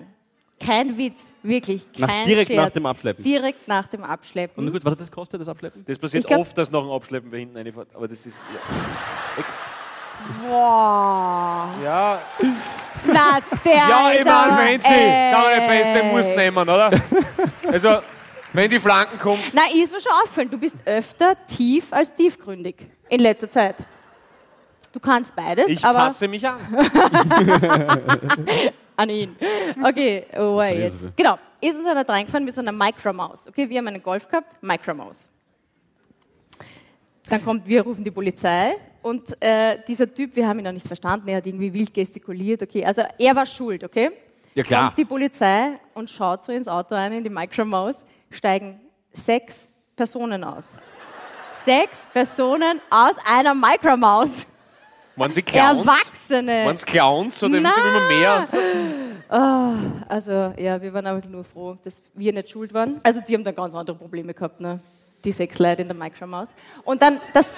S3: Kein Witz, wirklich. Kein
S5: Nach- direkt
S3: Scherz.
S5: nach dem Abschleppen.
S3: Direkt nach dem
S5: Und
S3: Abschleppen.
S5: gut, was hat das kostet, das Abschleppen?
S4: Das passiert
S3: Ich glaub-
S4: oft, dass nach dem Abschleppen wer hinten reinfährt. Aber das ist.
S3: Wow.
S4: Ja. ja.
S3: Na, der
S6: Ja,
S3: ist
S6: ich meine,
S3: aber
S6: wenn sie, schau, der Beste
S3: echt.
S6: muss
S3: *laughs*
S6: nehmen, oder? Also, wenn die Flanken kommen,
S3: Na, ist mir schon aufgefallen, du bist öfter tief als tiefgründig in letzter Zeit. Du kannst beides,
S4: Ich
S3: aber
S4: passe mich an.
S3: an ihn. Okay, oh, jetzt.
S5: Ilse.
S3: Genau, ist uns einer reingefahren mit so einer Micromaus. Okay, wir haben einen Golf gehabt, Micromaus. Dann kommt, wir rufen die Polizei und äh, dieser Typ, wir haben ihn noch nicht verstanden, er hat irgendwie wild gestikuliert, okay, also er war schuld, okay?
S5: Ja, klar.
S3: Kommt die Polizei und schaut so ins Auto rein, in die Micromaus, steigen sechs Personen aus. Sechs Personen aus einer Micromaus.
S4: Waren sie Clowns?
S3: Erwachsene.
S4: Waren es Clowns oder müssen immer mehr? Und so?
S3: Also, ja, wir waren aber nur froh, dass wir nicht schuld waren. Also, die haben dann ganz andere Probleme gehabt, ne? Die sechs Leute in der Micromaus. Und dann, das,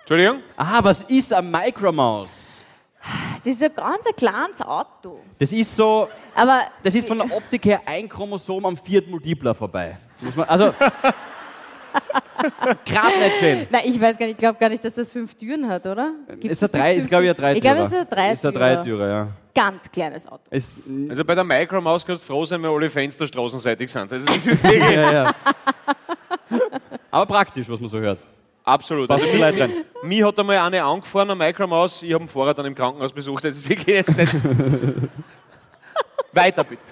S4: Entschuldigung?
S5: Ah, was ist ein Micromaus?
S3: das ist ein ganz ein kleines Auto.
S5: Das ist so,
S3: Aber,
S5: das ist von der Optik her ein Chromosom am vierten Multipler vorbei. Muss man, also, *laughs* gerade nicht schön.
S3: na, ich weiß gar nicht, ich glaube gar nicht, dass das fünf Türen hat, oder?
S5: ist er drei, ist glaube ich ein Dreitürer.
S3: Ich glaube, es ist ein
S5: Ist ein Dreitürer, ja.
S3: Ganz kleines Auto.
S5: Es,
S4: Also bei der Micromaus kannst du froh sein, wenn alle Fenster straßenseitig sind. Also das
S3: *laughs*
S4: ist wirklich
S5: ja, *laughs* ja. Aber praktisch, was man so hört.
S4: absolut.
S5: Passt
S4: Also
S5: also,
S4: mich,
S5: Leute
S4: mich,
S5: rein.
S4: mich hat einmal eine angefahren, eine Micromaus. Ich habe den Fahrer dann im Krankenhaus besucht. Das ist wirklich
S3: *laughs*
S4: jetzt nicht... Weiter bitte.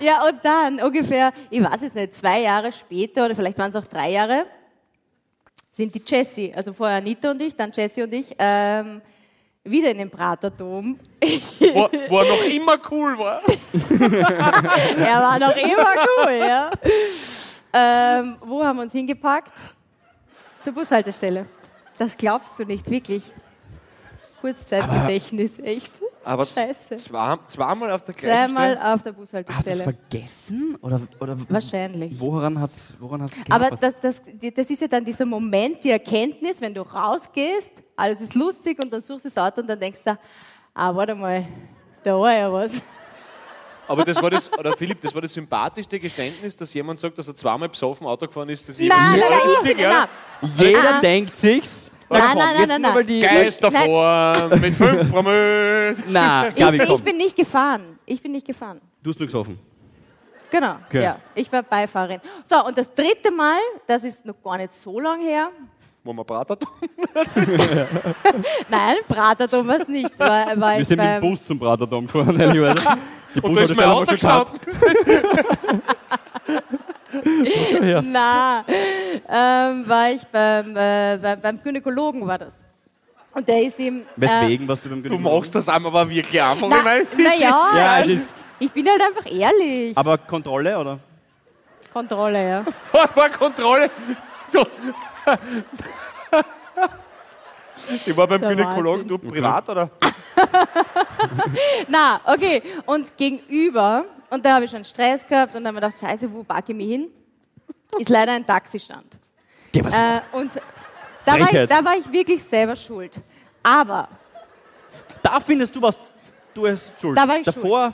S3: Ja, und dann ungefähr, ich weiß jetzt nicht, zwei Jahre später oder vielleicht waren es auch drei Jahre, sind die Jessie, also vorher Anita und ich, dann Jessie und ich, ähm, wieder in den Praterdom.
S4: Wo, wo er noch immer cool war.
S3: Er war noch immer cool, ja. Ähm, wo haben wir uns hingepackt? Zur Bushaltestelle. Das glaubst du nicht, wirklich. Kurzzeitgedächtnis, echt.
S4: Aber z-
S3: Scheiße.
S4: Zwei, zweimal auf der gleichen
S3: Zweimal
S4: Stelle.
S3: auf der
S5: Hat
S4: Ah,
S5: es
S3: Bushaltestelle.
S5: vergessen? Oder, oder
S3: Wahrscheinlich.
S5: Woran hat es woran hat's geklappt?
S3: Aber das, das, die- das ist ja dann dieser Moment, die Erkenntnis, wenn du rausgehst, alles ist lustig und dann suchst du das Auto und dann denkst du, ah, warte mal, da war ja was.
S4: Aber das war das, oder Philipp, das war das sympathischste Geständnis, dass jemand sagt, dass er zweimal besoffen Auto gefahren ist. Das
S3: Nein, nein, nein, ich bin, genau. nein.
S5: Jeder
S3: Ah.
S5: denkt sich's.
S3: Nein,
S5: komm,
S3: nein, nein,
S5: jetzt
S3: nein,
S5: nur
S3: nein.
S5: mal Die,
S4: Geist davor, mit fünf Promille.
S5: Na,
S3: Ich
S5: Gabi,
S3: bin, ich
S5: komm.
S3: bin nicht gefahren. Ich bin nicht gefahren.
S5: Du hast nur gesoffen.
S3: Genau,
S5: Okay.
S3: ja. Ich war Beifahrerin. So, und das dritte Mal, das ist noch gar nicht so lang her.
S4: Wo man bratet.
S3: Nein, Bratertum war es nicht. War, war
S5: Wir
S3: ich
S5: sind mit dem
S3: beim,
S5: Bus zum Praterdom
S3: *laughs*
S5: gefahren, ehrlicherweise. Die
S4: Und da ist mein
S5: Bushaltestelle haben
S4: Auto
S5: wir schon gehabt.
S4: gestanden.
S3: Na, ähm, war ich beim, äh, beim, beim Gynäkologen war das. Und der ist ihm.
S5: Weswegen warst du beim
S4: Äh, Du
S5: Gynäkologen?
S4: machst das einmal aber wirklich
S3: Äh,
S4: einfach. ich
S3: na,
S4: meine, es ist-
S3: na ja,
S5: Ja, es
S3: ich,
S5: ist.
S3: ich bin halt einfach ehrlich.
S5: Aber Kontrolle, oder?
S3: Kontrolle, ja.
S4: Vor vor Kontrolle. Du. Ich war beim
S3: So
S4: Gynäkologen, du privat oder?
S3: Na, okay. Und gegenüber, und da habe ich schon Stress gehabt und dann habe ich gedacht, scheiße, wo parke ich mich hin? Ist leider ein Taxistand.
S5: Geh, was
S3: Äh, und da war, ich,
S5: Frechheit.
S3: da war ich wirklich selber schuld. Aber
S5: Da findest du was. Du hast schuld.
S3: Da war ich
S5: Davor,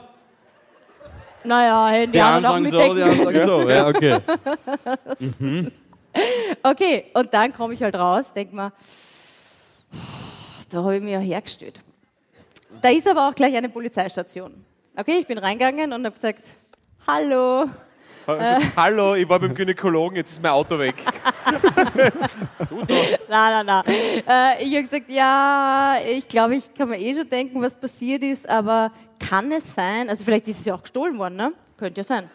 S3: Naja, hätten die
S5: die
S3: anderen auch
S5: Anfang so, die
S3: mitdenken.
S5: Anfang so. Ja, okay.
S3: *laughs* Okay, und dann komme ich halt raus, denk mal, da habe ich mich ja hergestellt. Da ist aber auch gleich eine Polizeistation. Okay, ich bin reingegangen und habe gesagt, hallo.
S4: Hallo, ich war beim Gynäkologen, jetzt ist mein Auto weg.
S3: Na, na, na. Äh, ich habe gesagt, ja, ich glaube, ich kann mir eh schon denken, was passiert ist, aber kann es sein, also vielleicht ist es ja auch gestohlen worden, ne? Könnte ja sein.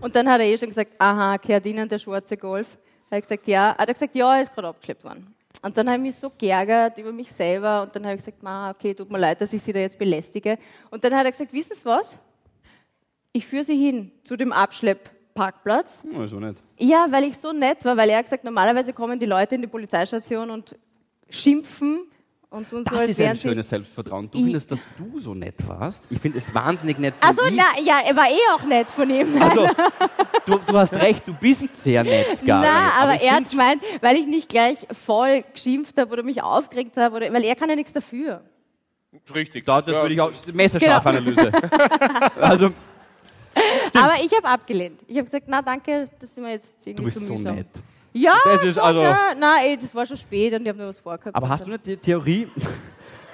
S3: Und dann hat er eh schon gesagt, aha, gehört Ihnen der schwarze Golf? Da habe ich gesagt, ja. Hat er gesagt, ja, ist gerade abgeklebt worden. Und dann habe ich mich so geärgert über mich selber und dann habe ich gesagt, ma, okay, tut mir leid, dass ich Sie da jetzt belästige. Und dann hat er gesagt, wissen Sie was? Ich führe Sie hin zu dem Abschleppparkplatz
S5: Hm, so nicht.
S3: ja, weil ich so nett war, weil er hat gesagt, normalerweise kommen die Leute in die Polizeistation und schimpfen und tun so,
S5: Das
S3: als
S5: ist ein
S3: wären sie.
S5: schönes Selbstvertrauen. Du
S3: Ich-
S5: findest, dass du so nett warst. Ich finde es wahnsinnig nett von
S3: Achso,
S5: ihm.
S3: na ja, er war eh auch nett von
S5: *laughs*
S3: ihm. Nein,
S5: Also, du,
S3: *laughs*
S5: du hast recht, du bist sehr nett, Gabi.
S3: na, aber,
S5: ich
S3: er
S5: find's
S3: hat gemeint, weil ich nicht gleich voll geschimpft habe oder mich aufgeregt habe, oder, weil er kann ja nichts dafür.
S6: Richtig.
S5: Da, das
S6: Ja.
S5: würde ich auch. Messerscharfanalyse.
S3: Genau.
S5: *laughs* also,
S3: Aber ich habe abgelehnt. Ich habe gesagt, na danke, das sind wir jetzt irgendwie
S5: du bist
S3: zu
S5: so
S3: mühsam.
S5: nett.
S3: Ja,
S5: Das ist
S3: schon,
S5: also-
S3: ja. Na, ey, das war schon spät und ich habe noch was vorgehabt.
S5: Aber hast du nicht die Theorie? *laughs*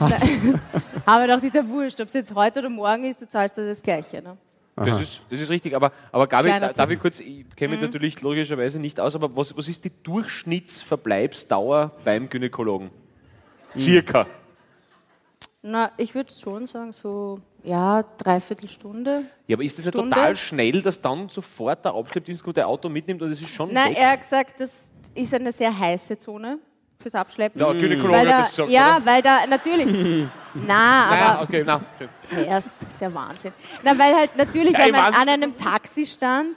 S3: Aber doch, ist ja wurscht, ob es jetzt heute oder morgen ist, du zahlst das, das Gleiche. Ne?
S4: Das ist, das ist richtig, aber, aber Gabi,
S3: Kleiner Mhm.
S4: da, darf ich kurz, ich kenne mich natürlich logischerweise nicht aus, aber was, was ist die Durchschnittsverbleibsdauer beim Gynäkologen?
S5: Mhm.
S4: Circa.
S3: Na, ich würde schon sagen, so, ja, dreiviertel Stunde.
S4: Ja, aber ist das nicht
S3: Stunde?
S4: total schnell, dass dann sofort der Abschleppdienst gut ein Auto mitnimmt und es ist schon
S3: Na,
S4: weg?
S3: er hat gesagt, das ist eine sehr heiße Zone fürs Abschleppen.
S4: Der Gynäkologe
S3: weil
S4: hat
S3: da,
S4: das gesagt,
S3: ja,
S4: oder?
S3: weil da, natürlich. na,
S4: Naja,
S3: aber
S4: Ah, okay, na, schön.
S3: erst, das ist ja Wahnsinn. Na, weil halt natürlich,
S4: Ja,
S3: wenn man
S4: Wahnsinn.
S3: an einem Taxi stand,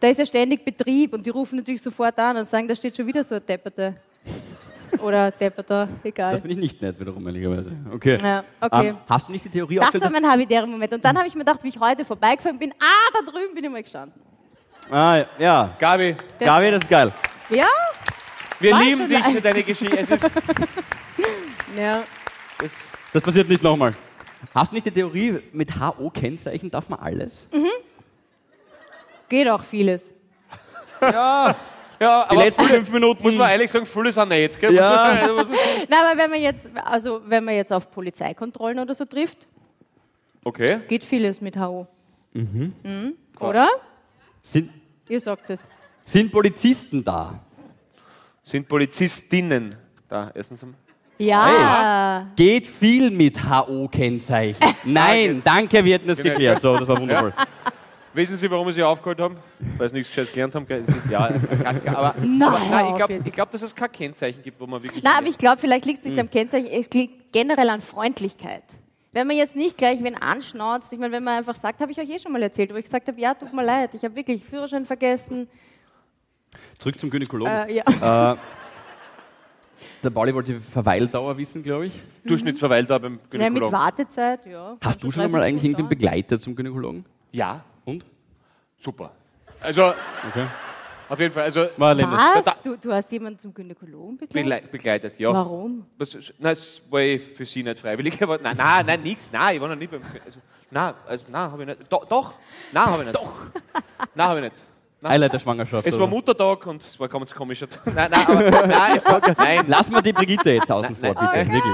S3: da ist ja ständig Betrieb und die rufen natürlich sofort an und sagen, da steht schon wieder so ein Depperte. Oder Depperter,
S5: Das
S3: egal.
S5: finde ich nicht nett, wiederum, ehrlicherweise. Okay.
S3: Ja, okay.
S5: Ähm, hast du nicht die Theorie
S3: Das war
S5: aufgestellt,
S3: mein habitärer Moment. Und dann habe ich mir gedacht, wie ich heute vorbeigefahren bin, ah, da drüben bin ich mal gestanden.
S5: dass- Ah, ja.
S4: Gabi,
S5: Gabi, das ist geil.
S3: Ja?
S4: wir
S3: War
S4: lieben
S3: schon
S4: dich
S3: ein-
S4: für deine Geschichte.
S3: *laughs*
S4: Es ist,
S3: Ja.
S4: es,
S5: Das passiert nicht nochmal. Hast du nicht die Theorie, mit HO-Kennzeichen darf man alles?
S4: Mhm.
S3: Geht auch vieles.
S4: ja,
S5: Die
S4: aber
S5: letzten
S4: viele,
S5: fünf Minuten.
S4: muss man ehrlich sagen, viele sind nicht. Gell?
S5: Ja.
S4: Muss man-
S3: Na, aber wenn man jetzt, also wenn man jetzt auf Polizeikontrollen oder so trifft,
S4: Okay.
S3: geht vieles mit HO. Mhm. Oder?
S5: sind,
S3: Ihr sagt es.
S5: sind Polizisten da?
S4: Sind Polizistinnen da? Erstens einmal.
S3: Ja.
S5: Geht viel mit
S4: *laughs*
S5: HO-Kennzeichen? Nein, danke, wir hätten das
S4: Genau.
S5: geklärt. So, das war wundervoll.
S4: Wissen Sie, warum wir sie aufgeholt haben? Weil sie nichts Gescheites gelernt haben. gell? Es ist ja ein Klassiker. Aber
S3: Na,
S4: aber, nein,
S3: hör
S4: ich
S3: auf
S4: glaube,
S3: jetzt.
S4: glaub, dass es kein Kennzeichen gibt, wo man wirklich.
S3: Na, aber ich glaube, vielleicht liegt es nicht am Kennzeichen, es liegt generell an Freundlichkeit. Wenn man jetzt nicht gleich wen anschnauzt, ich meine, wenn man einfach sagt, habe ich euch eh schon mal erzählt, wo ich gesagt habe, ja, tut mir leid, ich habe wirklich Führerschein vergessen.
S5: Oh.
S4: Äh,
S5: *laughs* Zurück zum Gynäkologen.
S3: Äh, ja.
S5: Äh, der Pauli wollte die Verweildauer wissen, glaube ich.
S4: Durchschnittsverweildauer
S3: *laughs*
S4: beim
S3: Ja, mit
S4: Gynäkologen.
S3: Wartezeit, ja.
S5: Hast du schon einmal eigentlich irgendeinen Begleiter zum Gynäkologen?
S4: ja,
S5: Und?
S4: super. Also,
S5: Okay.
S4: auf jeden Fall, also
S5: War erledigt.
S3: Was? Du, du hast jemanden zum Gynäkologen begleitet?
S4: begle begleitet, ja.
S3: Warum?
S4: Was, ist- nein, es war eh für sie nicht freiwillig. *laughs* Aber, nein, nein, nein, nix. Nein, ich war noch nie beim. Also, nein, also, nein, habe ich nicht. Do, doch, nein, habe ich nicht. Doch. Nein, habe ich nicht.
S5: Highlight der Schwangerschaft.
S4: Es war
S5: oder?
S4: Muttertag und es war ganz komisch. *laughs* Nein, nein, aber, nein, es war, nein.
S5: Lass mal die Brigitte jetzt außen *laughs* vor, bitte. Wirklich.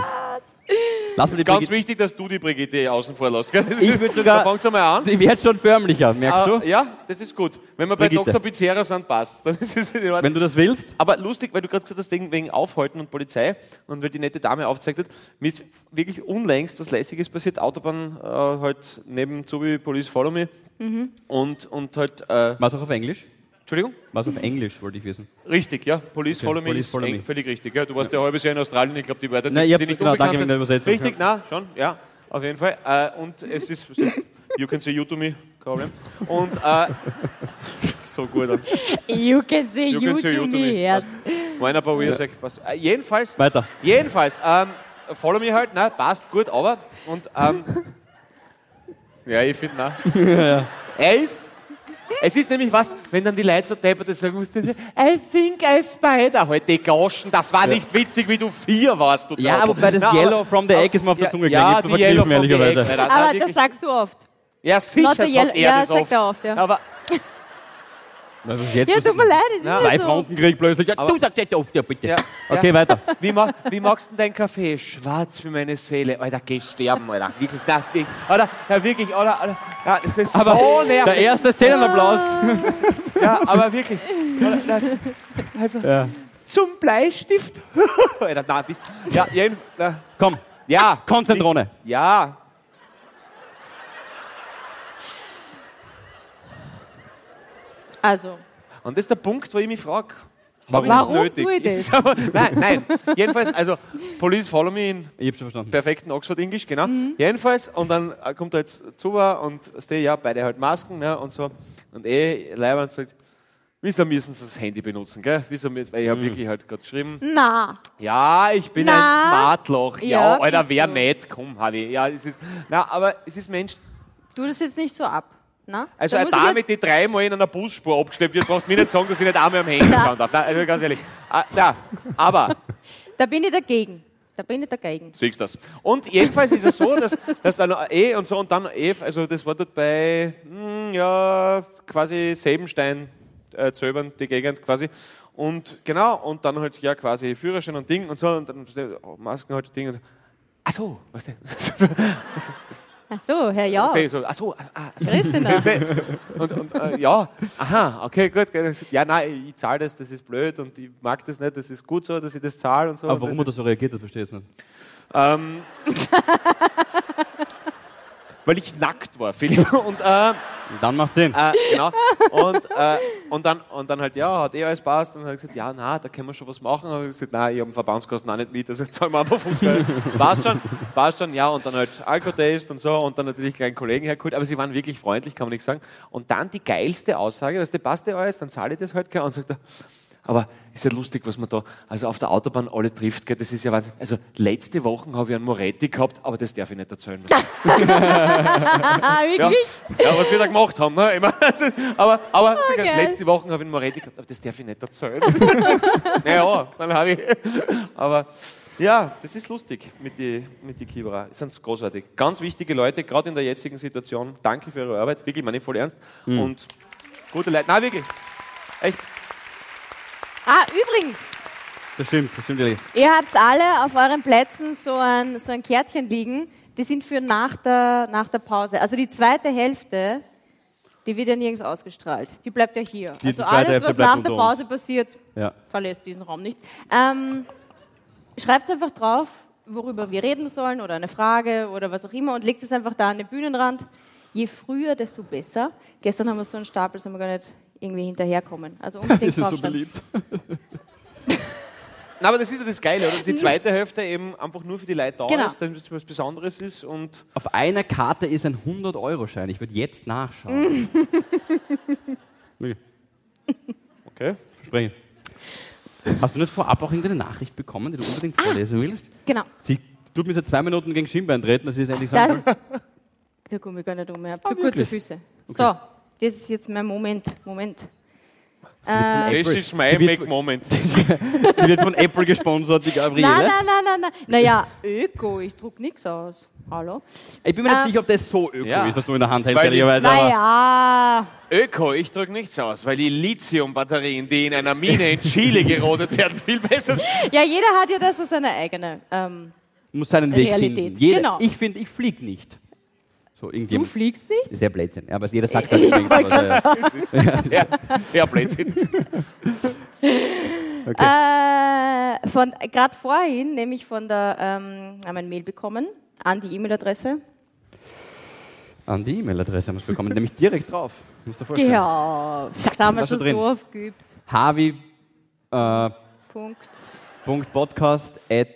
S5: Lass mal die
S4: ist ganz
S5: Brigitte.
S4: wichtig, dass du die Brigitte außen vor lässt. Gell? Das
S5: Ich
S4: ist-
S5: würd sogar-
S4: Da fangst du mal an.
S5: Die wird schon förmlicher, merkst
S4: Ah,
S5: du?
S4: ja, das ist gut. Wenn wir bei
S5: Brigitte.
S4: Dr. Pizzerra sind, passt. *laughs* Dann ist es in Ordnung.
S5: Wenn du das willst.
S4: Aber lustig, weil du gerade gesagt hast, wegen, wegen Aufhalten und Polizei und weil die nette Dame aufgezeigt hat, mir ist wirklich unlängst was Lässiges passiert. Autobahn äh, halt neben Zubi Police Follow Me und, und halt, äh,
S5: Was auch auf Englisch?
S4: Entschuldigung,
S5: Was auf Englisch, wollte ich wissen.
S4: richtig, ja, Police Follow Me
S5: Police
S4: ist
S5: Follow
S4: eng-
S5: Me.
S4: völlig richtig. Ja. Du warst ja ein halbes Jahr in Australien, ich glaube, die Wörter, die,
S5: Nein, ich hab-
S4: die nicht
S5: na, danke
S4: unbekannt
S5: wegen der
S4: sind.
S5: Übersetzung,
S4: Richtig, na, schon, ja, auf jeden Fall. Äh, und es ist, *laughs* you can say you to me, kein Problem. Und, äh, *laughs* so gut.
S3: You can say
S4: You
S3: you,
S4: can
S3: to,
S4: say you to
S3: me.
S4: me.
S3: Ja.
S4: Passt. Meiner paar Weirsack, passt. Äh, jedenfalls,
S5: Weiter.
S4: Jedenfalls, ähm, follow me halt, ne, passt gut, aber. Und, ähm, *laughs* ja, ich finde, *laughs* ne. Er ist. Es ist nämlich was, wenn dann die Leute so deppert das sagen mussten, I think I spider. Halt die Gauschen, das war nicht witzig, wie du vier warst. Du
S5: Ja,
S4: Trottel.
S5: wobei das
S4: Na, aber-
S5: Yellow from the Egg ist mir auf der Zunge gegangen.
S4: Ja,
S5: Ich
S4: die
S5: bin
S4: Yellow
S5: verkniffen,
S4: from the Egg.
S5: ehrlicherweise.
S4: Nein, nein,
S3: Aber
S4: nein,
S3: das
S4: wirklich.
S3: sagst du oft.
S4: Ja, sicher
S3: Not the
S4: sagt
S3: yellow.
S4: er
S3: Ja,
S4: das
S3: sagt
S4: oft.
S3: er oft, ja.
S4: Aber
S5: Also jetzt
S3: Ja, tut mir leid, es
S4: Ja.
S3: ist
S5: Zwei
S3: halt so.
S5: Franken krieg ich plötzlich. Ja, du sagst jetzt oft, also. ja bitte.
S4: Ja,
S5: Okay, weiter.
S4: Wie, mag, wie magst du denn deinen Kaffee? Schwarz für meine Seele. Alter, geh sterben, Alter. Wirklich, das Ding. Alter, ja, wirklich, Alter, Alter. Ja, das ist so nervig.
S5: Der erste Szenenapplaus.
S4: Ja, aber wirklich. Alter, nein. Also,
S5: *laughs* Ja.
S4: zum Bleistift. *laughs* Alter, na, bist Ja, jeden, na,
S5: Komm,
S4: ja.
S5: Konzentrone.
S4: Ja.
S3: Also,
S4: Und das ist der Punkt, wo ich mich frage.
S3: Warum tue ich das?
S4: nein, nein. Jedenfalls, also, Police follow me in
S5: Ich hab schon verstanden.
S4: perfekten Oxford English, genau.
S3: Mhm.
S4: Jedenfalls, und dann äh, kommt er jetzt zu mir und stehe ja beide halt Masken ne, und so. Und eh, Leiber und sagt, wieso müssen Sie das Handy benutzen, gell? Wieso müssen, weil ich habe wirklich halt gerade geschrieben,
S3: na,
S4: ja, ich bin ein
S3: Na?
S4: Smartloch. Ja,
S3: Ja,
S4: Alter,
S3: bist
S4: wer
S3: du.
S4: nicht? Komm, Harvey. Ja, es ist, na, aber es ist Mensch.
S3: tu das jetzt nicht so ab. Na?
S4: Also
S3: äh, Da
S4: eine
S3: muss ich
S4: Dame,
S3: jetzt-
S4: die dreimal in einer Busspur abgeschleppt wird, braucht mir nicht sagen, dass ich nicht einmal am
S3: *laughs*
S4: Handy schauen darf. Nein, also ganz ehrlich. Ah, na, aber
S3: Da bin ich dagegen. Da bin ich dagegen.
S4: Siehst das. Und jedenfalls ist es so, dass, dass dann eh und so und dann eh, also das war dort bei, hm, ja, quasi Sebenstein, äh, Zöbern, die Gegend quasi. Und genau, und dann halt, ja, quasi Führerschein und Ding und so und dann oh, Masken halt, Ding und Ach so, weißt *laughs* du?
S3: Ach so, Herr Jaus.
S4: versteh ich so, Ach so, ah, ah, so.
S3: *laughs* Christina.
S4: Und, und äh, ja, aha, okay, gut. gell. Ja, nein, ich zahle das, das ist blöd und ich mag das nicht, das ist gut so, dass ich das zahle und so.
S5: Aber
S4: Und das
S5: warum er da so reagiert, das verstehe ich jetzt nicht.
S4: Ähm, weil ich nackt war, Philipp. Und, äh, äh,
S5: Dann
S4: *laughs*
S5: macht Sinn.
S4: genau. und, äh, und, dann, und dann halt, ja, hat eh alles passt. Und dann hat er gesagt, ja, na, da können wir schon was machen. Und ich hab gesagt, nein, ich habe den Verbandskosten auch nicht mit. Also jetzt zahlen wir einfach 50 Euro. Das passt schon, passt schon. Ja, und dann halt Alkotest und so. Und dann natürlich kleinen Kollegen hergeholt. Aber sie waren wirklich freundlich, kann man nicht sagen. Und dann die geilste Aussage, weißt du, passt dir alles, dann zahle ich das halt. gell. Und sagt er, aber ist ja lustig, was man da also auf der Autobahn alle trifft. Gell? Das ist ja Wahnsinn. Also letzte Woche habe ich einen Moretti gehabt, aber das darf ich nicht erzählen.
S3: ah,
S4: Ja,
S3: wirklich? Oh,
S4: ja, was wir da gemacht haben. Ne? Ich mein, also, aber aber sie sagen,
S3: geil.
S4: letzte Woche habe ich einen Moretti gehabt, aber das darf ich nicht erzählen. *laughs* naja, dann habe ich. Aber ja, das ist lustig mit die, mit die Kibra. Das sind großartig. Ganz wichtige Leute, gerade in der jetzigen Situation. Danke für eure Arbeit. Wirklich, meine ich voll ernst. Und gute Leute. Nein, wirklich. Echt.
S3: Ah, übrigens,
S5: Das stimmt, das stimmt. ehrlich.
S3: ihr habt alle auf euren Plätzen so ein, so ein Kärtchen liegen. Die sind für nach der, nach der Pause. Also die zweite Hälfte, die wird ja nirgends ausgestrahlt. Die bleibt ja hier.
S5: Die
S3: also
S5: zweite
S3: alles,
S5: Hälfte
S3: was
S5: bleibt
S3: nach der
S5: unter uns.
S3: Pause passiert,
S5: Ja.
S3: verlässt diesen Raum nicht. Ähm, Schreibt einfach drauf, worüber wir reden sollen oder eine Frage oder was auch immer und legt es einfach da an den Bühnenrand. Je früher, desto besser. Gestern haben wir so einen Stapel, sind wir gar nicht irgendwie hinterherkommen.
S5: *laughs*
S3: Also unbedingt
S5: Das ist so
S3: draufschreiben.
S5: beliebt.
S4: Na, aber das ist ja das Geile, oder? Dass die zweite Hälfte eben einfach nur für die Leute da
S3: Genau.
S4: ist, damit es was Besonderes ist und
S5: Auf einer Karte ist ein 100-Euro-Schein. Ich würde
S3: *laughs*
S5: jetzt nachschauen.
S4: okay.
S5: Versprechen. Hast du nicht vorab auch irgendeine Nachricht bekommen, die du unbedingt
S3: Ah.
S5: vorlesen willst?
S3: Genau.
S5: Sie tut mir seit zwei Minuten gegen Schienbein treten, dass sie es endlich
S3: Das,
S5: sagen
S3: *laughs* der Gummi gar nicht um. Ich habe zu kurze
S5: Ah, wirklich?
S3: Füße. So, das ist jetzt mein Moment. Moment. Äh,
S5: soll.
S4: Das ist mein
S5: Sie wird-
S4: Make-Moment.
S5: Sie wird von Apple gesponsert, die Gabriele.
S3: Nein, nein, nein, nein, nein. Naja, Öko, ich druck nichts aus. Hallo?
S5: Ich bin mir nicht
S3: Ähm,
S5: sicher, ob das so öko
S4: Ja.
S5: ist, was du in der Hand hältst,
S4: Weil die-
S5: ehrlicherweise. aber-
S3: Naja.
S4: Öko, ich drücke nichts aus, weil die Lithium-Batterien, die in einer Mine in Chile gerodet werden, *laughs* viel besser sind.
S3: Ja, jeder hat ja das so seine eigene. Ähm,
S5: muss seinen Weg
S3: Realität,
S5: finden. Jeder,
S3: genau.
S5: Ich finde, ich fliege nicht. So,
S3: du
S5: irgendjemand.
S3: fliegst nicht?
S5: Sehr Blödsinn. Ja, aber jeder
S3: *laughs*
S5: sagt das irgendwas. Ja,
S4: Ja, ja Blödsinn.
S3: Äh, von gerade vorhin, nämlich von der, ähm, haben wir ein Mail bekommen an die E-Mail-Adresse.
S5: An die E-Mail-Adresse haben wir es bekommen, nämlich direkt drauf. Musst du dir
S3: Genau. Ja,
S5: vorstellen.
S3: das haben wir
S5: was da
S3: schon
S5: drin?
S3: so oft geübt.
S5: Havi, äh,
S3: Punkt.
S5: Punkt podcast at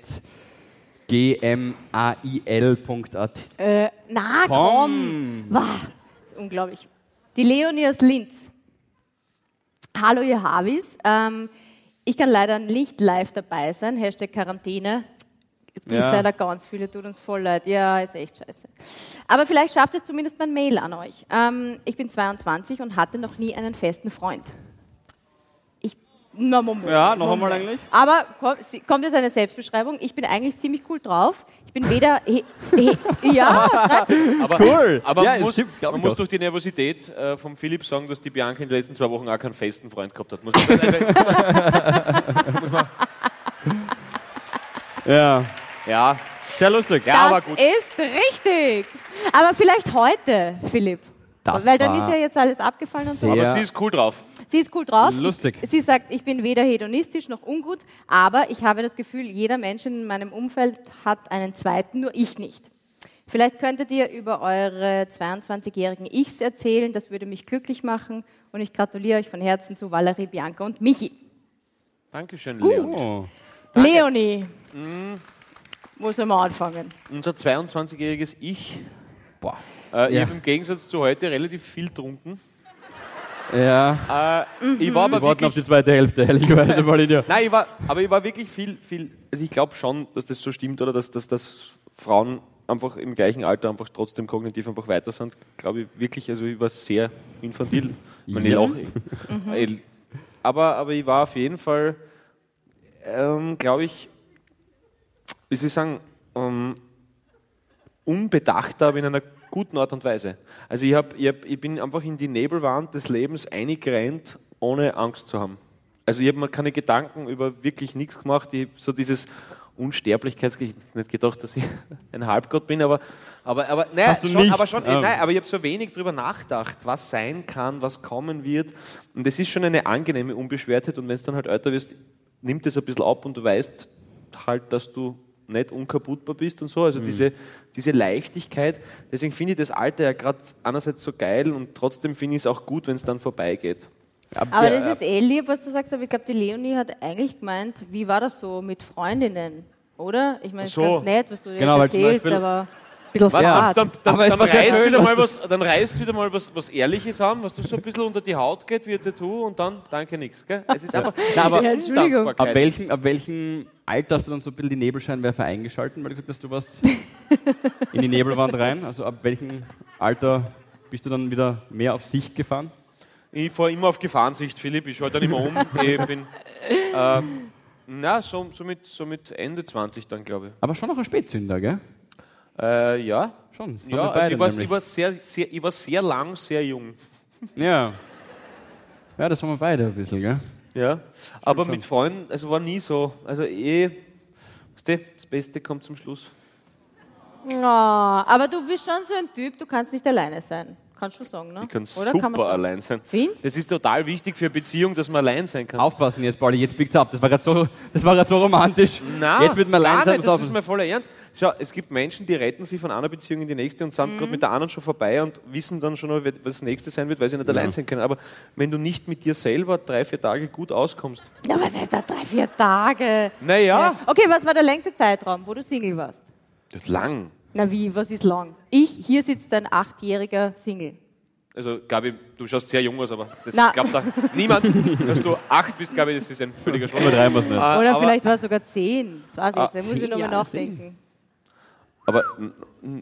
S5: gmail.at.
S3: Äh, na komm. Wah, unglaublich. Die Leonie aus Linz. Hallo ihr Havis. Ähm, ich kann leider nicht live dabei sein. Hashtag Quarantäne. Trifft
S5: Ja.
S3: leider ganz viele, tut uns voll leid. Ja, ist echt scheiße. Aber vielleicht schafft es zumindest mein Mail an euch. Ähm, ich bin 22 und hatte noch nie einen festen Freund. Ich, na, Moment.
S5: Ja, noch einmal
S3: Moment.
S5: eigentlich?
S3: Aber komm, sie- kommt jetzt eine Selbstbeschreibung. Ich bin eigentlich ziemlich cool drauf. Ich bin weder. he,
S5: *laughs*
S3: he, ja, schreibt
S4: Aber,
S5: Cool.
S4: aber
S5: Ja,
S4: man,
S5: es
S4: muss,
S5: stimmt, glaub
S4: man
S5: ich
S4: muss
S5: auch.
S4: durch die Nervosität äh, vom Philipp sagen, dass die Bianca in den letzten zwei Wochen auch keinen festen Freund gehabt hat. Muss ich sagen. Also,
S5: *laughs* Ja,
S4: ja,
S5: sehr lustig.
S4: ja
S3: Das
S4: aber gut.
S3: ist richtig. Aber vielleicht heute, Philipp.
S5: Das
S3: Weil dann
S5: war
S3: ist ja jetzt alles abgefallen und so.
S5: sehr-
S4: Aber
S5: Ja.
S4: sie ist cool drauf.
S3: Sie ist cool drauf.
S5: Lustig.
S3: Ich, sie sagt, ich bin weder hedonistisch noch ungut, aber ich habe das Gefühl, jeder Mensch in meinem Umfeld hat einen zweiten, nur ich nicht. Vielleicht könntet ihr über eure 22-jährigen Ichs erzählen, das würde mich glücklich machen und ich gratuliere euch von Herzen zu Valerie, Bianca und Michi.
S4: Dankeschön,
S3: Gut.
S4: Leon.
S5: Oh.
S3: Leonie,
S5: Mhm.
S3: wo soll man anfangen?
S4: Unser 22-jähriges Ich.
S5: Boah.
S4: Äh, Ich
S5: Ja.
S4: habe im Gegensatz zu heute relativ viel getrunken. Äh,
S5: Ja,
S3: Mhm.
S4: Ich war aber
S5: wir warten
S4: wirklich,
S5: auf die zweite Hälfte, *laughs* ehrlicherweise mal in dir.
S4: nein, ich war, aber ich war wirklich viel, viel. Also ich glaube schon, dass das so stimmt oder dass, dass, dass Frauen einfach im gleichen Alter einfach trotzdem kognitiv einfach weiter sind. Glaube ich wirklich. Also ich war sehr infantil. Ich meine, ich
S5: Ja.
S4: lache. Ich- Aber, aber ich war auf jeden Fall, ähm, glaube ich, wie soll ich sagen, ähm, unbedachter, aber in einer guten Art und Weise. Also ich, hab, ich, hab, ich bin einfach in die Nebelwand des Lebens eingerennt, ohne Angst zu haben. Also ich habe mir keine Gedanken über wirklich nichts gemacht. Ich hab so dieses Unsterblichkeits... Ich hab nicht gedacht, dass ich *laughs* ein Halbgott bin, aber... aber, aber nein,
S5: Hast du
S4: schon,
S5: nicht?
S4: aber schon, eh,
S5: Ah.
S4: nein, aber ich habe so wenig drüber nachgedacht, was sein kann, was kommen wird. Und es ist schon eine angenehme Unbeschwertheit. Und wenn es dann halt älter wirst, nimmt es ein bisschen ab und du weißt halt, dass du nicht unkaputtbar bist und so. Also diese, diese Leichtigkeit. Deswegen finde ich das Alter ja gerade einerseits so geil und trotzdem finde ich es auch gut, wenn es dann vorbeigeht.
S3: Aber das ist eh lieb, was du sagst, aber ich glaube, die Leonie hat eigentlich gemeint, wie war das so mit Freundinnen, oder? Ich meine, es
S4: Ach
S3: ist
S4: so.
S3: ganz nett, was du dir
S5: Genau, weil
S3: jetzt
S5: zum
S3: erzählst,
S5: Beispiel-
S3: aber ein bisschen
S4: Was,
S5: Ja.
S3: fad.
S4: dann, dann,
S5: Aber es
S4: dann,
S5: war sehr
S4: reißt
S5: schön,
S4: wieder
S5: dass
S4: mal was, dann reißt wieder mal was, was Ehrliches an, was du so ein bisschen unter die Haut geht, wie ein Tattoo und dann danke nix. Gell? Es ist einfach
S5: Na, aber-
S4: diese
S3: Ja, Entschuldigung.
S4: Undankbarkeit.
S5: Ab welchem, ab welchem Alter hast du dann so ein bisschen die Nebelscheinwerfer eingeschalten, weil du gesagt hast, du *laughs* warst in die Nebelwand rein? Also ab welchem Alter bist du dann wieder mehr auf Sicht gefahren?
S4: Ich fahre immer auf Gefahrensicht, Philipp. Ich schaue dann immer
S5: *laughs*
S4: um. ich bin, äh, na, so, so, mit, so mit Ende 20 dann, glaube
S5: Aber schon noch ein Spätzünder, gell?
S4: ich. Äh, ja.
S5: Schon. das haben
S4: Ja,
S5: wir
S4: also
S5: beide
S4: ich, war,
S5: nämlich.
S4: ich, war sehr, sehr, ich war sehr lang sehr jung.
S5: ja. ja, das haben wir beide ein bisschen, gell?
S4: Ja. Aber mit Freunden, also war nie so. Also eh, weißt du, das Beste kommt zum Schluss.
S3: Ja, aber du bist schon so ein Typ, du kannst nicht alleine sein. Kannst du sagen, ne?
S4: Ich kann
S3: Oder?
S4: super
S3: man sagen?
S4: allein sein.
S3: Findest?
S4: Das ist total wichtig für eine Beziehung, dass man allein sein kann.
S5: Aufpassen jetzt, Pauli, jetzt biegt's ab. Das war gerade so, das war grad so romantisch.
S4: Nein,
S5: jetzt wird man
S4: gar
S5: langsam
S4: nicht, das ist
S5: saufen.
S4: mein voller Ernst. Schau, es gibt Menschen, die retten sich von einer Beziehung in die nächste und sind
S3: Mhm.
S4: gerade mit der anderen schon vorbei und wissen dann schon, was das nächste sein wird, weil sie nicht allein sein können. Aber wenn du nicht mit dir selber drei, vier Tage gut auskommst.
S3: Ja, was heißt da drei, vier Tage?
S4: Naja,
S3: Okay, was war der längste Zeitraum, wo du Single warst?
S4: das ist lang.
S3: Na wie, was ist lang? Ich, hier sitzt ein achtjähriger Single.
S4: Also, Gabi, du schaust sehr jung aus, aber das
S3: Na. *laughs*
S4: glaubt da niemand, dass du acht bist, Gabi, das ist ein völliger Schwachsinn.
S5: Übertreiben wir es nicht.
S4: Ah,
S3: Oder
S4: aber-
S3: vielleicht war es sogar zehn. Das weiß ich
S4: Ah,
S3: jetzt. Da muss ich nochmal nachdenken.
S4: Aber n-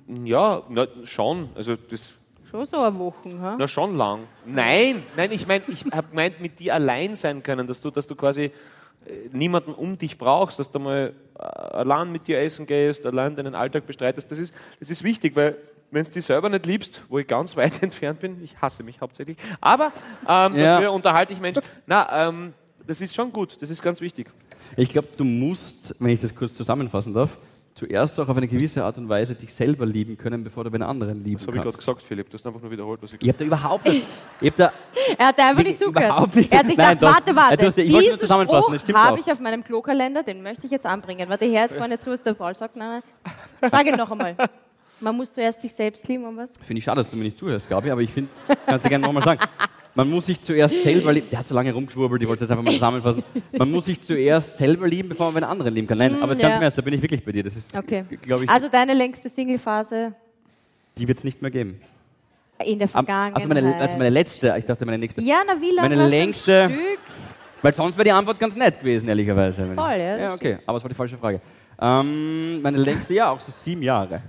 S4: n- ja, na, schon. Also das
S3: Schon so eine Woche. Ha?
S4: na schon lang. Nein, nein, ich meine, ich habe gemeint, mit dir allein sein können, dass du, dass du quasi äh, niemanden um dich brauchst, dass du mal äh, allein mit dir essen gehst, allein deinen Alltag bestreitest. Das ist, das ist wichtig, weil wenn du dich selber nicht liebst, wo ich ganz *laughs* weit entfernt bin, ich hasse mich hauptsächlich, aber ähm,
S5: Ja.
S4: dafür unterhalte ich Menschen. Na, ähm, das ist schon gut, das ist ganz wichtig.
S5: Ich glaube, du musst, wenn ich das kurz zusammenfassen darf, zuerst auch auf eine gewisse Art und Weise dich selber lieben können, bevor du einen anderen lieben
S4: Das habe ich gerade
S5: kannst.
S4: gesagt, Philipp, du hast einfach nur wiederholt, was ich
S5: Ich habe da überhaupt nicht, ich hab da
S3: Er hat einfach nicht
S5: Wirklich
S3: zugehört.
S5: überhaupt nicht
S3: er hat sich
S5: zugehört.
S3: gedacht, warte,
S5: Nein, doch.
S3: warte.
S5: Du hast ja- ich wollte nur
S3: diesen
S5: zusammenfassen, das
S3: Spruch
S5: stimmt auch.
S3: habe ich auf meinem Klokalender, den möchte ich jetzt anbringen. Warte, her
S5: *laughs*
S3: jetzt gar nicht zu, was der Paul sagt. Nein, nein. Sag ihn noch einmal. Man muss zuerst sich selbst lieben und was?
S5: Finde ich schade, dass du mir nicht zuhörst, Gabi, aber ich finde, kannst du gerne nochmal sagen. Man muss sich zuerst selber lieben. Der hat so lange rumgeschwurbelt, ich wollte es jetzt einfach mal zusammenfassen. Man muss sich zuerst selber lieben, bevor man einen anderen lieben kann. Nein,
S3: Mm,
S5: aber jetzt ganz
S3: ja.
S5: im Ernst, da bin ich wirklich bei dir. Das ist,
S3: Okay.
S5: glaube ich,
S3: Also deine längste Singlephase
S5: die wird es nicht mehr geben.
S3: in der
S5: Am-
S3: Vergangenheit.
S5: Also meine, also meine letzte, ich dachte meine nächste.
S3: halt. ja, na wie lange
S5: meine
S3: hast du am
S5: längste-
S3: Stück?
S5: Weil sonst wäre die Antwort ganz nett gewesen, ehrlicherweise. Wenn ich-
S3: Voll, ja, das
S5: Ja, okay, aber es war die falsche Frage. Ähm, meine längste, ja, auch so sieben Jahre.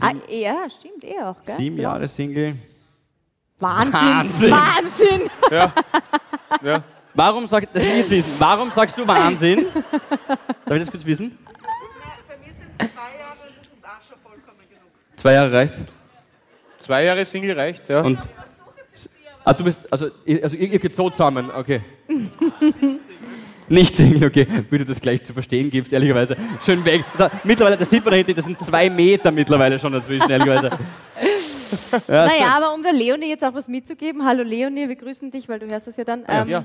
S3: Ah, ja, stimmt eh auch. Gell?
S5: Sieben Jahre Single.
S3: Wahnsinn.
S5: *laughs*
S3: Wahnsinn.
S5: Warum, sagt, das will ich jetzt wissen. Warum sagst
S3: *laughs*
S5: du Wahnsinn? Darf ich das kurz wissen?
S6: Bei mir sind es zwei Jahre und das ist auch schon vollkommen genug.
S5: Zwei Jahre reicht.
S4: Zwei Jahre Single reicht, ja.
S5: Und. Ah, du bist. Also, ihr- also ihr, ihr geht so zusammen, okay. Nicht Single, okay. Wie du das gleich zu verstehen gibst, ehrlicherweise. Schön weg. So, mittlerweile, das sieht man da hinten, das sind zwei Meter mittlerweile schon dazwischen, ehrlicherweise.
S3: Naja, aber um der Leonie jetzt auch was mitzugeben. Hallo Leonie, wir grüßen dich, weil du hörst das ja dann. Ähm,
S4: ja.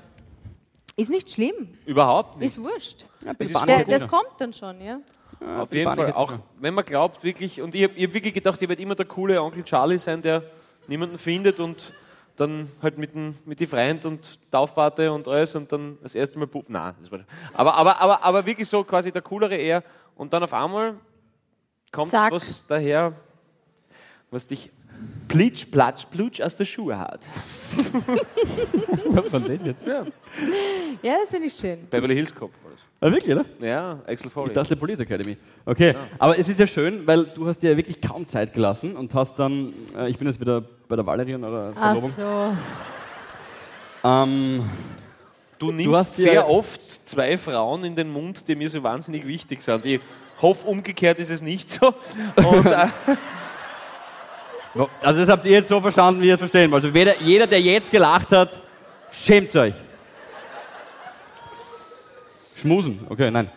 S3: Ist nicht schlimm,
S4: Überhaupt nicht.
S3: ist wurscht.
S5: Ja, bitte
S4: ist
S5: Bahn-
S3: Der, das kommt dann schon, ja.
S4: Auf jeden Fall, auch wenn man glaubt, wirklich, und ich habe hab wirklich gedacht, ihr werdet immer der coole Onkel Charlie sein, der niemanden findet und dann halt mit, dem, mit die Freund und Taufpate und alles und dann das erste Mal Pup. Nein, das war, aber, aber, aber, aber wirklich so quasi der coolere er und dann auf einmal kommt
S3: Zack.
S4: was daher, was dich plitsch, platsch, plutsch aus der Schuhe hat.
S5: Was war das jetzt?
S4: Ja,
S3: Ja, das finde ich schön.
S4: Beverly Hills Cop war das.
S5: Ah, wirklich, oder?
S4: Ja, Axel Foley.
S5: Ich dachte Police Academy. Okay, aber es ist ja schön, weil du hast dir wirklich kaum Zeit gelassen und hast dann, äh, ich bin jetzt wieder bei der Valerie und eurer
S3: Ach
S5: Verlobung.
S3: so.
S5: Ähm,
S4: Du nimmst
S5: hast ja-
S4: sehr oft zwei Frauen in den Mund, die mir so wahnsinnig wichtig sind. Ich hoffe, umgekehrt ist es nicht so. Und, *laughs* äh,
S5: wo- also das habt ihr jetzt so verstanden, wie ihr es verstehen wollt. Also weder, jeder, der jetzt gelacht hat, schämt euch. Schmusen, okay, nein.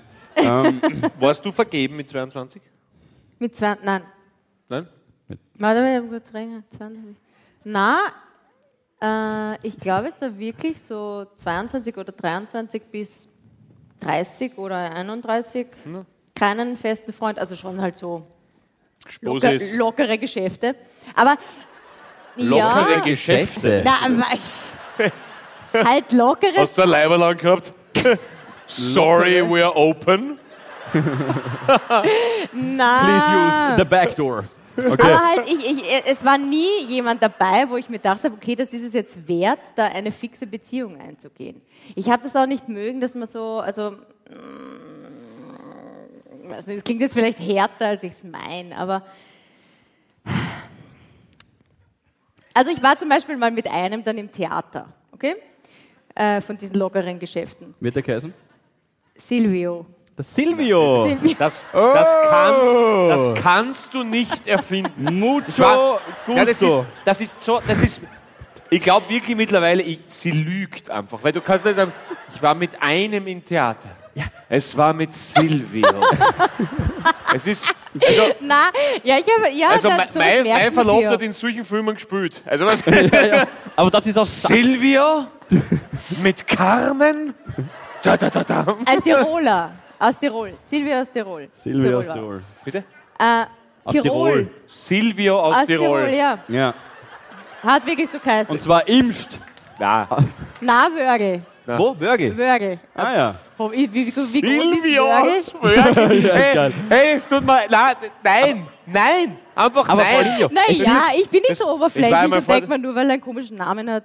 S4: warst du vergeben mit 22?
S3: Mit 20, nein.
S4: Nein?
S3: Warte mal, ich hab kurz rein. 20. Na, äh, ich glaube, es war wirklich so 22 oder 23 bis 30 oder 31. Keinen festen Freund, also schon halt so locker,
S4: Sposes.
S3: lockere Geschäfte. Aber
S4: Lockere
S3: ja,
S4: Geschäfte.
S3: na, weiß.
S4: *laughs*
S3: halt lockere
S4: Hast du ein Leiberl angehabt? *laughs* Sorry, we are open.
S5: Please
S3: Na.
S5: use the back door. Okay.
S3: Aber halt, ich, ich, es war nie jemand dabei, wo ich mir dachte, okay, das ist es jetzt wert, da eine fixe Beziehung einzugehen. Ich habe das auch nicht mögen, dass man so, also, mm, weiß nicht, das klingt jetzt vielleicht härter, als ich es meine, aber. Also ich war zum Beispiel mal mit einem dann im Theater, okay? Äh, von diesen lockeren Geschäften.
S5: Wird der geheißen?
S3: Silvio.
S5: Der Silvio.
S3: Silvio.
S4: Das, das, kannst, das kannst du nicht erfinden. Ich
S5: Oh. *laughs* Mucho
S4: war- Ja, das, ist,
S5: gusto.
S4: das ist so, das ist, ich glaube wirklich mittlerweile, ich, sie lügt einfach. Weil du kannst nicht sagen, ich war mit einem im Theater. Es war mit
S5: *laughs*
S4: Silvio. es ist, also,
S3: Na, ja, ich habe, ja,
S4: also
S3: das-
S4: mein,
S3: sowas
S4: mein,
S3: merkt
S4: mein
S3: man sich
S4: Verlobter
S3: auch.
S4: hat in solchen Filmen gespielt. Also was,
S5: Aber das ist auch
S4: Silvio mit Carmen? Da, da, da, da.
S3: Ein Tiroler aus Tirol. Silvia aus Tirol.
S5: Silvio aus
S3: war-
S5: Tirol.
S4: Bitte?
S3: Äh,
S5: Aus
S3: Tirol.
S5: Tirol.
S4: Silvio aus,
S3: Aus Tirol.
S4: Tirol.
S3: ja.
S5: Ja.
S3: Hat wirklich so geheißen.
S5: Und zwar Imst.
S4: Na,
S3: Na, Wörgl.
S5: Wo? Wörgl.
S3: Wörgl.
S5: Ah ja.
S3: Oh, Wie, wie, wie, wie groß ist
S4: Silvio aus
S3: Wörgl?
S4: *laughs* Wörgl.
S5: Ja, ist
S4: hey,
S5: geil.
S4: hey, es tut mir, na, nein, Nein, einfach
S5: Aber
S4: nein.
S5: Paulinho,
S3: Naja, ich bin nicht
S4: das-
S3: so
S4: ich war
S3: oberflächlich
S4: einmal
S3: und
S4: vor-
S3: denkt man nur, weil er einen komischen Namen hat.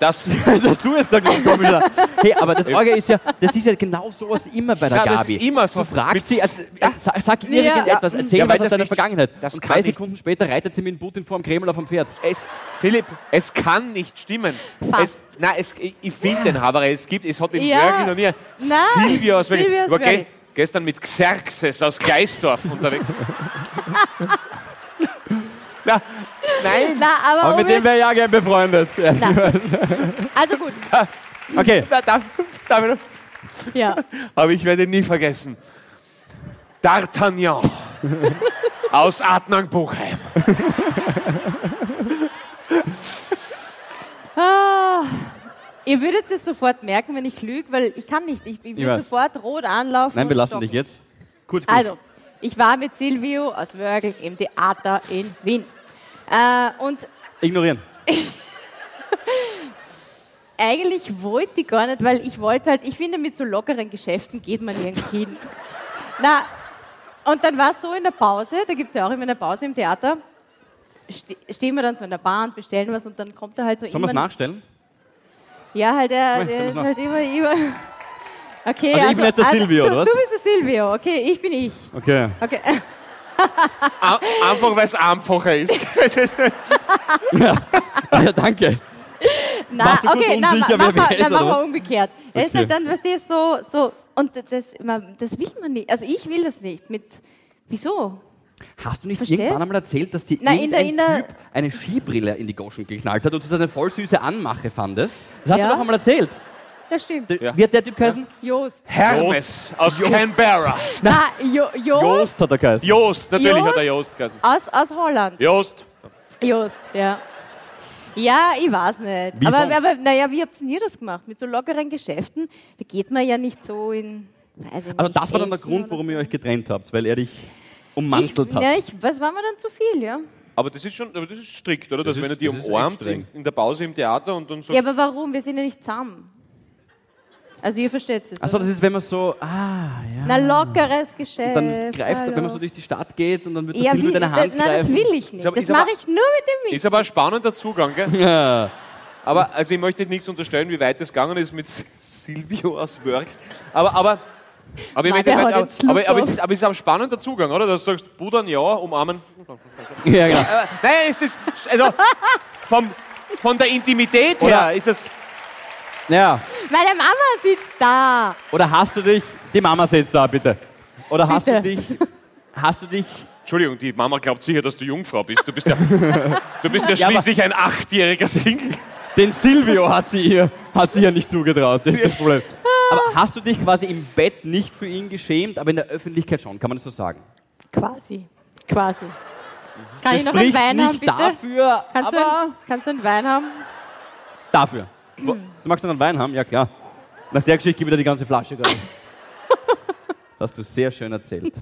S4: Das,
S5: *laughs* dass Also, du es sagst, ist komisch. Hey, aber das Orge ist ja, das ist ja genau sowas immer bei der
S4: Ja,
S5: Gabi.
S4: das ist immer so.
S5: Du fragst
S4: Mit-
S5: sie, also, ja, sag, sag ihr
S3: Ja.
S5: irgendetwas, erzähl
S4: Ja, weil
S5: was aus
S4: das
S5: deiner
S4: nicht-
S5: Vergangenheit.
S4: das
S5: Und
S4: kann
S5: drei
S4: nicht-
S5: Sekunden später reitet sie mit dem Putin vor dem Kreml auf dem Pferd.
S4: es, Philipp, es kann nicht stimmen.
S3: Fast.
S4: Es, nein, es, ich, ich finde den Haberer, es gibt, es hat ihn
S3: Ja.
S4: wirklich noch nie.
S3: Nein,
S4: Silvia aus Berlin.
S3: Silvia aus
S4: Ich war ge-
S3: Berlin.
S4: gestern mit Xerxes aus Geisdorf *laughs* unterwegs.
S3: Oh,
S4: Na, nein,
S3: Na, aber, um jetzt,
S5: wäre ja gern befreundet.
S3: also gut,
S5: Okay,
S4: na, darf, darf ich noch?
S3: ja.
S4: Aber ich werde ihn nie vergessen. D'Artagnan
S3: *laughs*
S4: aus Adnang-Buchheim.
S3: Ah, ihr würdet es sofort merken, wenn ich lüge, weil ich kann nicht. Ich, ich
S5: Ich
S3: würde
S5: weiß.
S3: sofort rot anlaufen.
S5: nein,
S3: und
S5: wir lassen
S3: stoppen.
S5: dich jetzt. Kurz, kurz.
S3: Also, ich war mit Silvio aus Wörgl im Theater in Wien. Äh, und
S5: Ignorieren.
S3: eigentlich wollte ich gar nicht, weil ich wollte halt, ich finde, mit so lockeren Geschäften geht man nirgends hin. Na, und dann war es so in der Pause, da gibt es ja auch immer eine Pause im Theater, ste stehen wir dann so in der Bahn, bestellen was und dann kommt da halt so
S5: Sollen wir es
S3: immer...
S5: nachstellen?
S3: Ja, halt, der,
S5: Moment,
S3: der ist
S5: dann
S3: halt immer, immer...
S5: *laughs*
S3: Okay,
S5: Also ich bin jetzt der Silvio,
S3: du,
S5: oder was?
S3: Du bist der Silvio, okay, ich bin ich.
S5: Okay.
S3: Okay. *laughs*
S4: A- Einfach, weil es einfacher ist.
S5: *laughs*
S3: *laughs*
S4: *laughs*
S5: Ja, danke.
S3: Na,
S5: du kurz
S3: okay, na, ma-
S5: unsicher,
S3: mach mal,
S5: wer wer
S3: na,
S5: ist,
S3: mach
S5: oder
S3: mal
S5: was?
S3: umgekehrt. Es ist
S5: Okay.
S3: halt dann, was ist so, so, und das, man, das will man nicht. Also ich will das nicht. Mit, wieso?
S5: Hast du nicht
S3: Verstehst?
S5: irgendwann einmal erzählt, dass die
S3: Nein, in der- in der-
S5: Typ eine Skibrille in die Goschen geknallt hat und du das eine voll süße Anmache fandest? Das hast
S3: Ja.
S5: du doch einmal erzählt.
S3: Das stimmt.
S5: D- Wie hat der Typ geheißen? *laughs*
S3: Joost.
S4: Hermes aus Canberra.
S3: Na, jo Joost
S5: hat er geheißen.
S4: Joost, natürlich
S3: Joost?
S4: hat er Joost geheißen.
S3: aus, aus Holland.
S4: Joost.
S3: Joost, ja. Ja, ich weiß nicht.
S5: Wie
S3: aber
S5: sonst?
S3: aber naja, wie habt ihr das gemacht? Mit so lockeren Geschäften, da geht man ja nicht so in. Weiß ich nicht,
S5: Also das war dann der
S3: essen
S5: Grund,
S3: oder
S5: warum
S3: so.
S5: ihr euch getrennt habt, weil er dich
S3: ich,
S5: ummantelt hat.
S3: ja, ich, Was war mir dann zu viel, ja?
S6: Aber das ist schon, aber das ist strikt, oder?
S5: Das
S6: Dass wenn er
S5: ist-
S6: die
S5: das ist echt
S6: umarmt
S5: streng.
S6: in, in der Pause im Theater und dann so.
S3: Ja, aber warum? Wir sind ja nicht zusammen. Also ihr versteht es.
S5: Also das ist, wenn man so, ah, ja.
S3: Na, lockeres Geschäft.
S5: dann greift, er, wenn man so
S3: äh, hallo.
S5: durch die Stadt geht und dann wird das
S3: ja,
S5: Silber
S3: wie,
S5: deine Hand
S3: da, nein, das
S5: greifen.
S3: will ich nicht.
S6: Ist aber-
S3: das
S6: ist aber-
S3: mache ich nur mit dem Mich.
S6: Ist aber ein spannender Zugang, gell?
S5: *laughs* Ja.
S6: Aber also ich möchte jetzt nichts unterstellen, wie weit es gegangen ist mit *laughs* Silvio aus Wörgl. Aber, aber, aber, ich
S3: Mann,
S6: möchte
S3: der
S6: nicht-
S3: hat jetzt Schluck
S6: aber, aber, es
S3: auf.
S6: ist, aber es ist ein spannender Zugang, oder? Dass du sagst, Budern ja, umarmen.
S5: ja, genau.
S4: Nein, es ist, also vom, von der Intimität her
S5: Oder-
S4: ist es,
S5: ja.
S3: Meine Mama sitzt da.
S5: Oder hast du dich, die Mama sitzt da bitte. Oder hast
S3: Bitte.
S5: du dich, hast du dich,
S6: Entschuldigung, die Mama glaubt sicher, dass du Jungfrau bist. Du bist ja, du bist
S3: *laughs*
S6: ja
S5: Ja, aber-
S6: schließlich ein achtjähriger Single.
S5: den Silvio hat sie ihr, hat sie ihr nicht zugetraut, das ist das Problem. Aber hast du dich quasi im Bett nicht für ihn geschämt, aber in der Öffentlichkeit schon, kann man das so sagen?
S3: Quasi. Quasi. Kann ich noch einen
S5: Sprich
S3: Wein
S5: nicht
S3: haben, bitte?
S5: dafür,
S3: Kannst, du
S5: aber
S3: einen, kannst du einen Wein haben?
S5: dafür. Du magst noch einen Wein haben? Ja, klar. Nach der Geschichte gebe ich dir die ganze
S3: *laughs*
S5: Flasche. glaub ich. Das hast du sehr schön erzählt.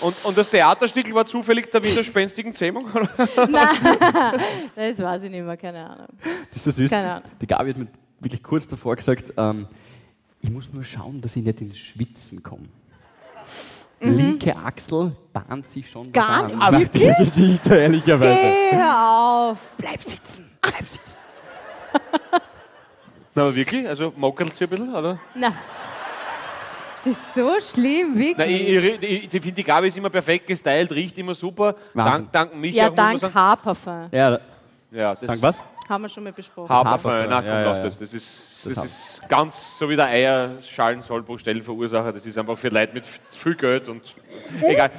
S6: Und, und das Theaterstück war zufällig der widerspenstigen Zähmung? oder?
S3: Das weiß ich nicht mehr, keine Ahnung.
S5: Das ist so süß.
S3: Keine Ahnung.
S5: Die Gabi hat mir wirklich kurz davor gesagt, ähm, ich muss nur schauen, dass ich nicht ins Schwitzen komme. Linke Achsel bahnt sich schon
S3: Mhm. Gar
S5: was
S3: nicht.
S5: an. Nach der Geschichte, ehrlicherweise.
S3: Geh, hör auf.
S5: Bleib sitzen, bleib sitzen.
S6: Na, aber wirklich? Also mockert sie ein bisschen, oder?
S3: Na. Das ist so schlimm, wirklich.
S6: Nein, ich, ich, ich, ich finde, die Gabi ist immer perfekt gestylt, riecht immer super.
S5: Wahnsinn.
S6: Dank, dank mich
S3: ja, dank
S6: wundersam.
S3: Haferfein.
S5: Ja,
S6: Ja, das
S5: dank was?
S3: Haben wir schon mal besprochen.
S5: Haferfein,
S6: Haferfein, na komm,
S5: ja, ja,
S6: lass
S5: ja.
S6: das. Das ist, das
S5: Das
S6: ist ganz so wie der Eier, Schalen, Sollbruch, Stellenverursacher. Das ist einfach für Leute mit f- viel Geld und egal.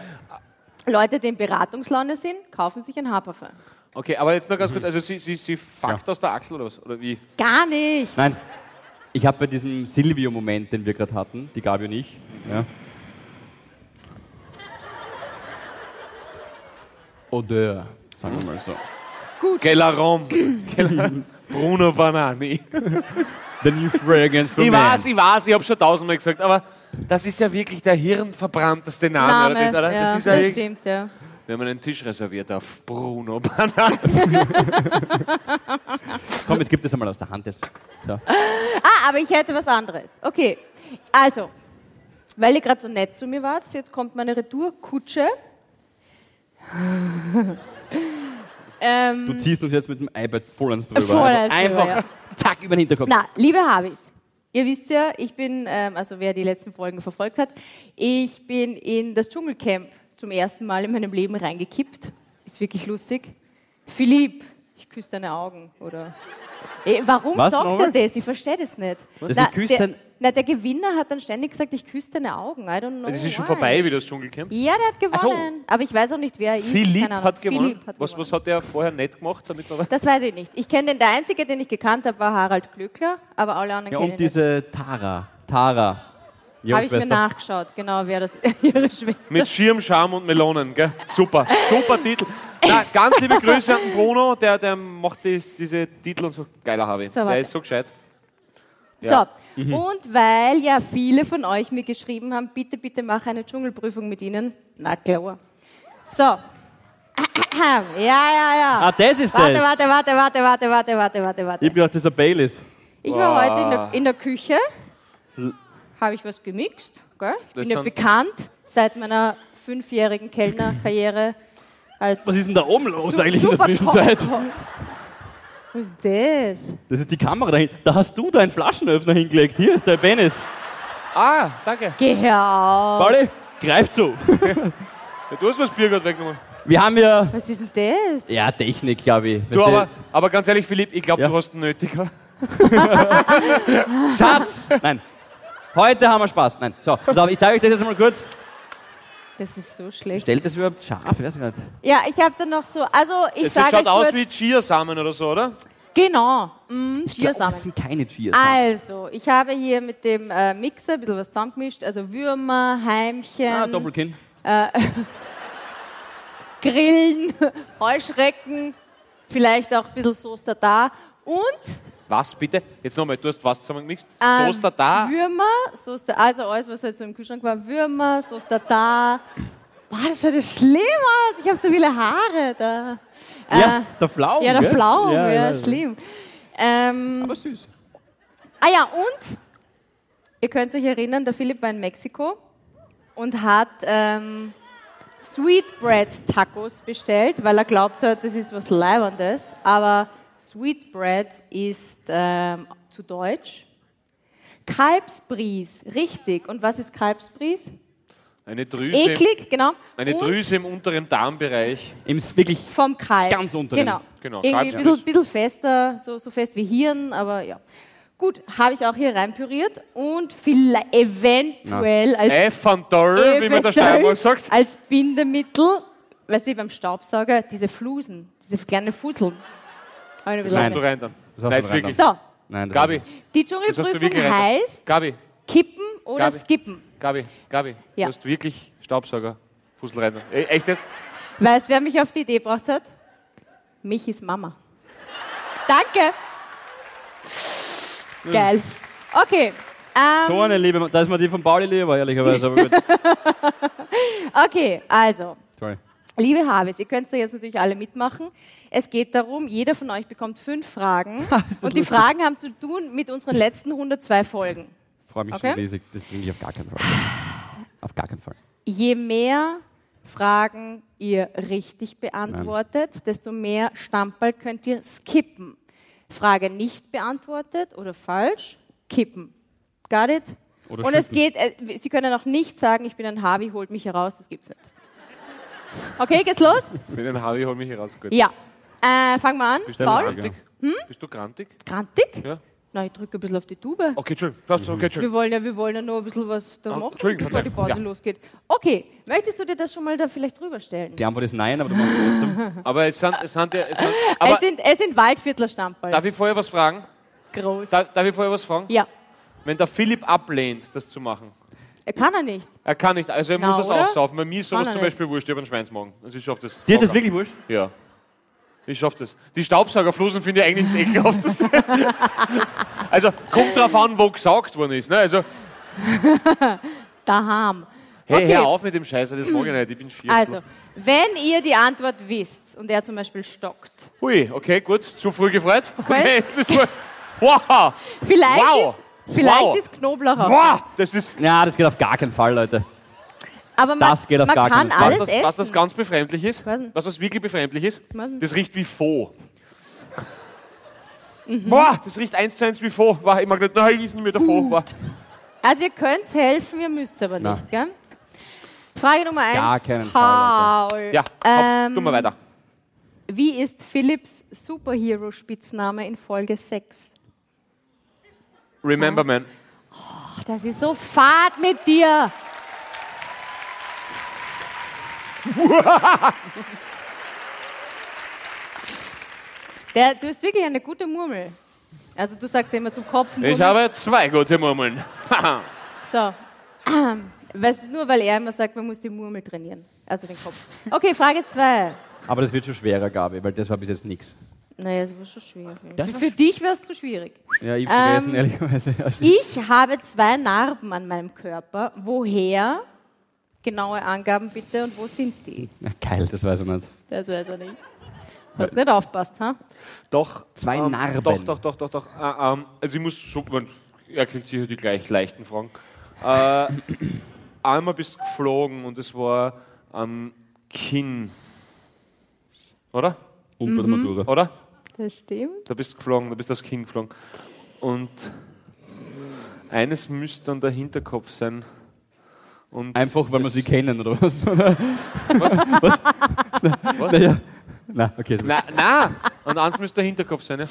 S3: Leute, die in Beratungslaune sind, kaufen sich ein Haferfein.
S6: Okay, aber jetzt noch ganz kurz. Also, sie, sie, sie fuckt aus der Achsel oder was? Oder wie?
S3: Gar nicht.
S5: Nein, ich habe bei diesem Silvio-Moment, den wir gerade hatten, die Gabi und ich, ja. Odeur, sagen wir mal so.
S6: Gelarom. Bruno Banani.
S5: The new fragrance for
S6: Ich
S5: man.
S6: weiß, ich weiß, ich habe schon tausendmal gesagt, aber das ist ja wirklich der hirnverbrannteste Name. oder? Das, oder?
S3: ja,
S6: das ist ja
S3: das
S6: wirklich-
S3: stimmt, ja.
S6: Wir haben einen Tisch reserviert auf Bruno Banani.
S5: Komm, jetzt gibt es einmal aus der Hand. Das. So.
S3: Ah, aber ich hätte was anderes. Okay, *laughs* also, weil ihr gerade so nett zu mir wart, jetzt kommt meine Retourkutsche. Ähm,
S5: Du ziehst uns jetzt mit dem iPad voll ans drüber.
S3: Voll
S5: Also
S3: ans drüber,
S5: einfach
S3: ja.
S5: zack über den Hinterkopf.
S3: Na, liebe Habis, ihr wisst ja, ich bin, ähm, also wer die letzten Folgen verfolgt hat, ich bin in das Dschungelcamp zum ersten Mal in meinem Leben reingekippt. Ist wirklich lustig. Philipp, ich küsse deine Augen, oder? Ey, warum
S5: Was,
S3: sagt
S5: nochmal?
S3: er das? Ich verstehe das nicht.
S5: Das ist küss
S3: der,
S5: dein-
S3: na, der Gewinner hat dann ständig gesagt, ich küsse deine Augen. I don't know
S4: Das ist schon
S3: why.
S4: vorbei, wie das Dschungelcamp.
S3: Ja, der hat gewonnen. Aber ich weiß auch nicht, wer er ist.
S4: Philipp
S3: Keine Ahnung.
S4: hat gewonnen.
S3: Philipp hat
S4: was,
S3: gewonnen.
S4: was hat er vorher nicht gemacht? Damit man
S3: Das weiß ich nicht. Ich kenne den, der einzige, den ich gekannt habe, war Harald Glückler, aber alle anderen
S5: Ja,
S3: kenne
S5: und
S3: ich nicht.
S5: diese Tara. Tara.
S3: Habe ich mir nachgeschaut, genau, wer das *laughs* ihre Schwester.
S4: Mit Schirm, Charme und Melonen, gell? Super, super Titel. Na, ganz liebe Grüße an den Bruno, der, der macht die, diese Titel und so. Geiler Harvey.
S3: So, warte.
S4: der ist so gescheit.
S3: So,
S5: Mhm.
S3: und weil ja viele von euch mir geschrieben haben, bitte, bitte mach eine Dschungelprüfung mit ihnen. Na klar. So. *clears throat* Ja, ja, ja.
S5: Ah, das ist
S3: warte,
S5: das.
S3: warte, warte, warte, warte, warte, warte, warte,
S5: Ich
S3: warte.
S5: hab gedacht, das ist ein Baileys.
S3: Ich war
S4: Wow.
S3: heute in der, in der Küche, habe ich was gemixt, gell? Ich bin ja
S4: sind-
S3: bekannt seit meiner fünfjährigen Kellnerkarriere als
S5: Was ist denn da oben los
S3: Su-
S5: eigentlich in der
S3: super
S5: Zwischenzeit?
S3: Koch. Was ist das?
S5: Das ist die Kamera dahin. Da hast du deinen Flaschenöffner hingelegt. Hier ist der Penis.
S4: Ah, danke.
S3: Geh her auf.
S5: Pauli, greif zu.
S4: Ja, du hast was Biergott weggenommen.
S5: Wir haben ja...
S3: Was ist denn das?
S5: Ja, Technik, glaube ich.
S4: Du, aber, aber ganz ehrlich, Philipp, ich glaube,
S5: Ja.
S4: du hast ihn nötig.
S5: Schatz! Nein. Heute haben wir Spaß. Nein. So, pass auf, ich zeige euch das jetzt mal kurz.
S3: Das ist so schlecht.
S5: Stellt das überhaupt scharf? Ich weiß nicht.
S3: Ja, ich habe dann noch so, also ich
S4: Es
S3: sage euch
S4: schaut aus
S3: kurz-
S4: wie Chiasamen oder so, oder?
S3: Genau, mm,
S5: Das
S3: Chiasamen.
S5: sind keine Cheers.
S3: Also, ich habe hier mit dem äh, Mixer ein bisschen was zusammengemischt, also Würmer, Heimchen,
S5: Ah, Doppelkinn.
S3: Grillen, *laughs* Heuschrecken, vielleicht auch ein bisschen Soße Tartar und
S4: Was bitte? Jetzt nochmal, du hast was zusammengemixt?
S3: Ähm,
S4: Ähm, Soße Tatar.
S3: Würmer, Soße, also alles, was halt so im Kühlschrank war, Würmer, Soße Tartar. Boah, das schaut ja schlimm aus. Ich habe so viele Haare da.
S5: Ja,
S3: Äh,
S5: der
S4: Oh,
S5: Pflaumen.
S3: ja, der
S5: gell?
S3: Pflaumen, ja,
S5: ja.
S3: schlimm. Ähm,
S5: Aber süß.
S3: ah ja, und ihr könnt euch erinnern, der Philipp war in Mexiko und hat ähm, Sweetbread Tacos bestellt, weil er glaubt hat, das ist was Leibendes. Aber Sweetbread ist ähm, zu deutsch. Kalbsbries, richtig. Und was ist Kalbsbries?
S4: Eine Drüse. im-
S3: Eklig, genau.
S4: Eine
S3: und
S4: Drüse im unteren Darmbereich.
S5: Im ist wirklich
S3: vom Kalb.
S5: Ganz unten
S3: Genau.
S5: drin.
S4: Genau,
S3: Irgendwie ein
S4: Kalbsbries.
S3: bisschen, bisschen fester, so, so fest wie Hirn, aber ja. Gut, habe ich auch hier reinpüriert und vielleicht eventuell als
S4: Effandor, Äh, wie man der
S3: eventuell
S4: Steiermark sagt.
S3: Als Bindemittel, weiß ich, beim Staubsauger, diese Flusen, diese kleinen Fuseln. Hab ich noch
S4: Das
S5: Nein.
S4: hast du
S3: nicht.
S4: rein dann.
S5: Das hast
S4: Nein,
S5: du
S4: jetzt
S5: rein
S4: wirklich.
S3: So,
S5: Nein, das
S4: Gabi,
S5: ist nicht.
S3: die
S4: das hast du
S3: Dschungelprüfung
S4: wirklich rein. dann.
S3: heißt
S4: Gabi,
S3: Kippen oder
S4: Gabi.
S3: Skippen.
S4: Gabi, Gabi,
S3: Ja.
S4: du hast wirklich Staubsauger. Fussel rein. E echt jetzt?
S3: Weißt du, wer mich auf die Idee gebracht hat? Michis Mama. Danke. Geil. Okay. Ähm,
S5: Mm. So eine Liebe, da ist mir die von Pauli lieber, ehrlicherweise. Aber
S3: *laughs*
S5: gut.
S3: okay, also,
S5: Sorry.
S3: liebe Habes, ihr könnt ja jetzt natürlich alle mitmachen. Es geht darum, jeder von euch bekommt fünf
S5: *laughs*
S3: Fragen. und die Fragen haben zu tun mit unseren letzten 102 Folgen.
S5: Freue mich
S3: Okay.
S5: schon riesig. Das trinke ich auf gar keinen Fall. Auf gar keinen Fall.
S3: Je mehr Fragen ihr richtig beantwortet, desto mehr Stamperl könnt ihr skippen. Frage nicht beantwortet oder falsch, kippen. Got it?
S5: Oder
S3: Und es
S5: schippen.
S3: geht, äh, Sie können auch nicht sagen, ich bin ein Harvey, holt mich heraus, das gibt's nicht. Okay, geht's los?
S4: Mit dem Harvey hol mich hier raus. Gut.
S3: Ja. Äh, fangen wir an. Paul?
S5: Frage.
S4: Grantig?
S3: Hm?
S4: Bist du grantig?
S3: Grantig?
S4: Ja.
S3: Na, ich drücke ein bisschen auf die Tube.
S4: Okay, Entschuldigung. Passt, Okay, Entschuldigung.
S3: Wir wollen ja, wir wollen ja nur ein bisschen was da
S4: Ah,
S3: machen,
S4: Entschuldigung,
S3: bevor die Pause
S4: Verzeihung.
S3: losgeht. Okay, möchtest du dir das schon mal da vielleicht drüber stellen?
S5: Die Antwort ist nein, aber du machst es trotzdem.
S4: Aber es sind, es sind, es sind aber
S3: es sind, es sind Waldviertler Stammball.
S4: darf ich vorher was fragen?
S3: Groß.
S4: Darf, darf ich vorher was fragen?
S3: ja,
S4: Wenn der Philipp ablehnt, das zu machen,
S3: Er kann er nicht.
S4: er kann nicht, also er
S3: Na,
S4: muss das
S3: oder?
S4: aufsaufen. Bei mir ist sowas
S3: Kann er
S4: zum
S3: nicht.
S4: Beispiel wurscht, ich habe einen Schweinsmagen. Also ich schaffe das.
S5: Dir ist das
S4: Locker.
S5: wirklich wurscht?
S4: Ja. Ich schaff das. Die Staubsaugerflusen finde ich eigentlich
S3: *laughs*
S4: das ekelhafteste. also, kommt drauf an, wo gesaugt worden ist. Ne? Also,
S3: Daheim.
S4: hey,
S3: Okay.
S4: hör auf mit dem Scheiß, das mag ich nicht, ich bin schier.
S3: Also, wenn ihr die Antwort wisst und er zum Beispiel stockt,
S4: Hui, okay, gut, zu früh gefreut. *laughs* Okay,
S3: Könnt-
S4: jetzt ist mal. Wow!
S3: vielleicht,
S4: Wow.
S3: ist, vielleicht
S4: Wow.
S3: ist Knoblauch auf.
S4: Wow! Das ist.
S5: Ja, das geht auf gar keinen Fall, Leute.
S3: Aber man,
S5: Das geht auf
S3: man
S5: gar
S3: kann
S5: keinen Fall.
S3: alles
S4: was,
S3: essen.
S4: das, was das ganz befremdlich ist,
S3: Was denn? Mhm.
S4: was was wirklich befremdlich ist,
S3: Was denn?
S4: das riecht wie Faux.
S3: Mhm.
S4: Boah, das riecht eins zu eins wie Faux. Boah, ich mag nicht, nein, ich ist nicht mehr der Faux. Boah.
S3: also ihr könnt's helfen, ihr müsst aber
S5: Na.
S3: nicht, gell? Frage Nummer eins.
S5: Gar keinen Fall,
S3: Paul.
S4: Ja, komm,
S3: Ähm,
S4: tun wir weiter.
S3: Wie ist Philips Superhero-Spitzname in Folge 6?
S4: Remember Man.
S3: Ach, das ist so fad mit dir. Der, du hast wirklich eine gute Murmel. Also du sagst ja immer zum Kopf.
S4: Ich habe zwei gute Murmeln.
S3: So. *clears throat* Weißt, du, nur weil er immer sagt, man muss die Murmel trainieren. Also den Kopf. Okay, Frage 2.
S5: Aber das wird schon schwerer, Gabi, weil das war bis jetzt nichts.
S3: Naja, das war schon schwierig. Für dich wäre es zu schwierig.
S5: Ja, ich
S3: hab's
S5: vergessen,
S3: vergessen,
S5: ehrlicherweise.
S3: Ich habe zwei Narben an meinem Körper. Woher? Genaue Angaben bitte und wo sind die?
S5: Geil, das weiß ich nicht.
S3: Das weiß er nicht. Hast nicht aufpasst, ha?
S6: Doch.
S5: Zwei
S6: ähm,
S5: Narben.
S6: Doch, doch, doch, doch, doch. Ah, ähm, also ich muss schon, man, er kriegt sicher die gleich leichten Fragen. Äh, einmal bist du geflogen und es war am Kinn. Oder?
S5: Unter der Matura.
S6: Oder?
S3: Das stimmt.
S6: Da bist du geflogen, da bist du aufs Kinn geflogen. Und eines müsste dann der Hinterkopf sein. Und
S5: Einfach, weil wir sie kennen, oder *laughs* was? Oder? was? was? Naja. Nein, okay.
S6: Na, na! Und eins müsste der Hinterkopf sein, ja?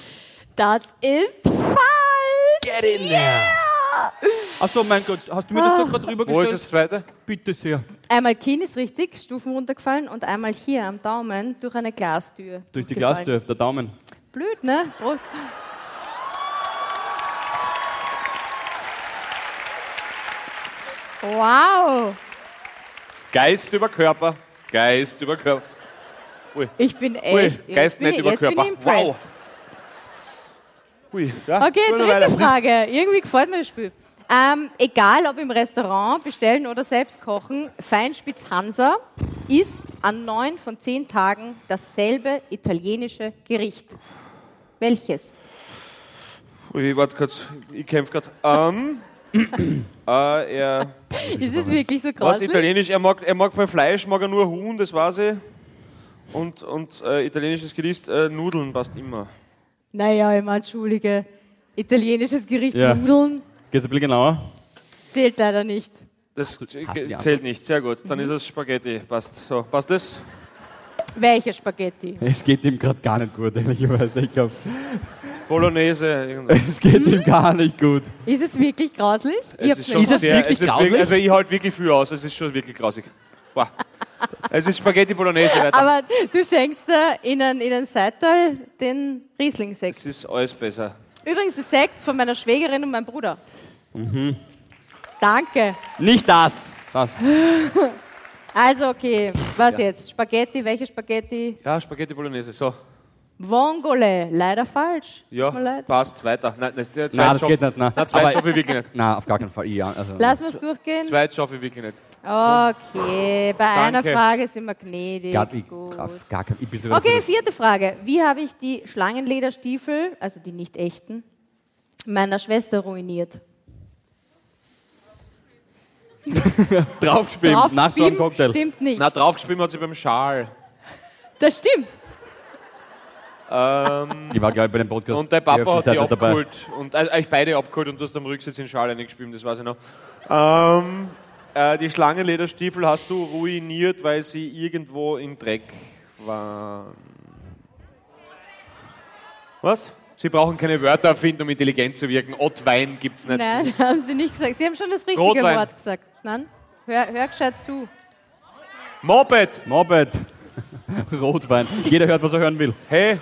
S3: Das ist falsch!
S5: Achso, mein Gott, hast du mir das doch gerade drüber
S6: Wo ist das zweite?
S5: Bitte sehr.
S3: Einmal Kinn ist richtig, Stufen runtergefallen und einmal hier am Daumen durch eine Glastür.
S5: Durch die
S3: gefallen.
S5: Glastür, der Daumen.
S3: Blöd, ne? Prost. Wow!
S6: Geist über Körper. Geist über Körper.
S3: Ich bin echt.
S6: Geist
S3: jetzt bin
S6: nicht
S3: ich-
S6: über
S3: jetzt bin ich
S6: Körper.
S3: impressed.
S6: Ui, ja.
S3: Okay,
S6: Gute
S3: dritte
S6: Weile.
S3: Frage. Irgendwie gefällt mir das Spiel. Ähm, egal ob im Restaurant, bestellen oder selbst kochen, Feinspitz Hansa ist an neun von zehn Tagen dasselbe italienische Gericht. Welches?
S6: Ui, warte kurz, Oh, ich kämpfe gerade.
S5: *coughs*
S6: Ähm, äh, er,
S3: Ist es wirklich so
S6: was
S3: grauslich?
S6: italienisch, er mag, er mag beim Fleisch, mag er nur Huhn, das weiß ich. Und, und äh, italienisches Gericht, äh, Nudeln passt immer.
S3: Naja, ich meine, Entschuldige. Italienisches Gericht
S5: Ja.
S3: Nudeln
S5: Geht's ein bisschen genauer?
S3: zählt leider nicht.
S6: Das ge-
S5: ja. Mhm.
S6: zählt nicht, sehr gut. Dann ist es Spaghetti, passt. So, passt das?
S3: Welche Spaghetti?
S5: Es geht ihm gerade gar nicht gut, ehrlicherweise. Ich *laughs* glaube,
S6: Bolognese, irgendwas.
S5: es geht ihm gar nicht gut.
S3: Ist es wirklich grauslich? Ich
S6: Es
S3: hab's
S6: ist schon
S3: nicht.
S5: das
S6: sehr,
S5: wirklich
S6: es ist
S5: grausig?
S6: wirklich, also ich halte wirklich viel aus, es ist schon wirklich grausig. Boah. Es ist
S5: *laughs*
S6: Spaghetti Bolognese weiter.
S3: Aber du schenkst da in einen, in einen Seital den Rieslingsekt.
S6: es ist alles besser.
S3: Übrigens, der Sekt von meiner Schwägerin und meinem Bruder.
S5: Mhm.
S3: Danke.
S5: Nicht das! Das.
S3: Also, okay, was jetzt? Spaghetti, welche Spaghetti?
S6: Ja, Spaghetti Bolognese, so.
S3: Vongole, leider falsch.
S6: Ja,
S3: Tut mir leid.
S6: passt, weiter. Nein, nein, der zweite
S5: Nein, das
S6: Stopp.
S5: geht nicht. Nein,
S6: Na, zweit schaffe
S5: Aber,
S6: ich wirklich nicht.
S5: nein auf gar keinen Fall. Ja, also,
S3: Lass uns durchgehen.
S6: Zweit schaffe ich wirklich nicht.
S3: Okay, bei einer Frage sind wir gnädig.
S5: gar, ich,
S3: Gut.
S5: auf gar keinen, ich bin sogar
S3: Okay, vierte Frage. Wie habe ich die Schlangenlederstiefel, also die nicht echten, meiner Schwester ruiniert?
S5: draufgespielt. Nach so einem
S3: Draufgeblieben?
S5: Cocktail.
S3: Stimmt nicht.
S6: Na, draufgespielt hat sie beim Schal.
S3: Das stimmt.
S5: Ich war, glaube ich, bei dem Podcast.
S6: Und dein Papa hat die
S5: Seite
S6: abgeholt. Und äh, euch beide abgeholt und du hast am Rücksitz in Schal eingespielt, das weiß ich noch. Ähm, äh, die Schlangenlederstiefel hast du ruiniert, weil sie irgendwo im Dreck waren. Was? Sie brauchen keine Wörter erfinden, um intelligent zu wirken. Ottwein gibt's nicht.
S3: Nein, *laughs* das haben Sie nicht gesagt. Sie haben schon das richtige
S6: Rotwein.
S3: Wort gesagt. Nein? Hör, hör gescheit zu.
S6: Moped!
S5: Moped. *laughs* Rotwein. Jeder hört, was er hören will.
S6: Hey!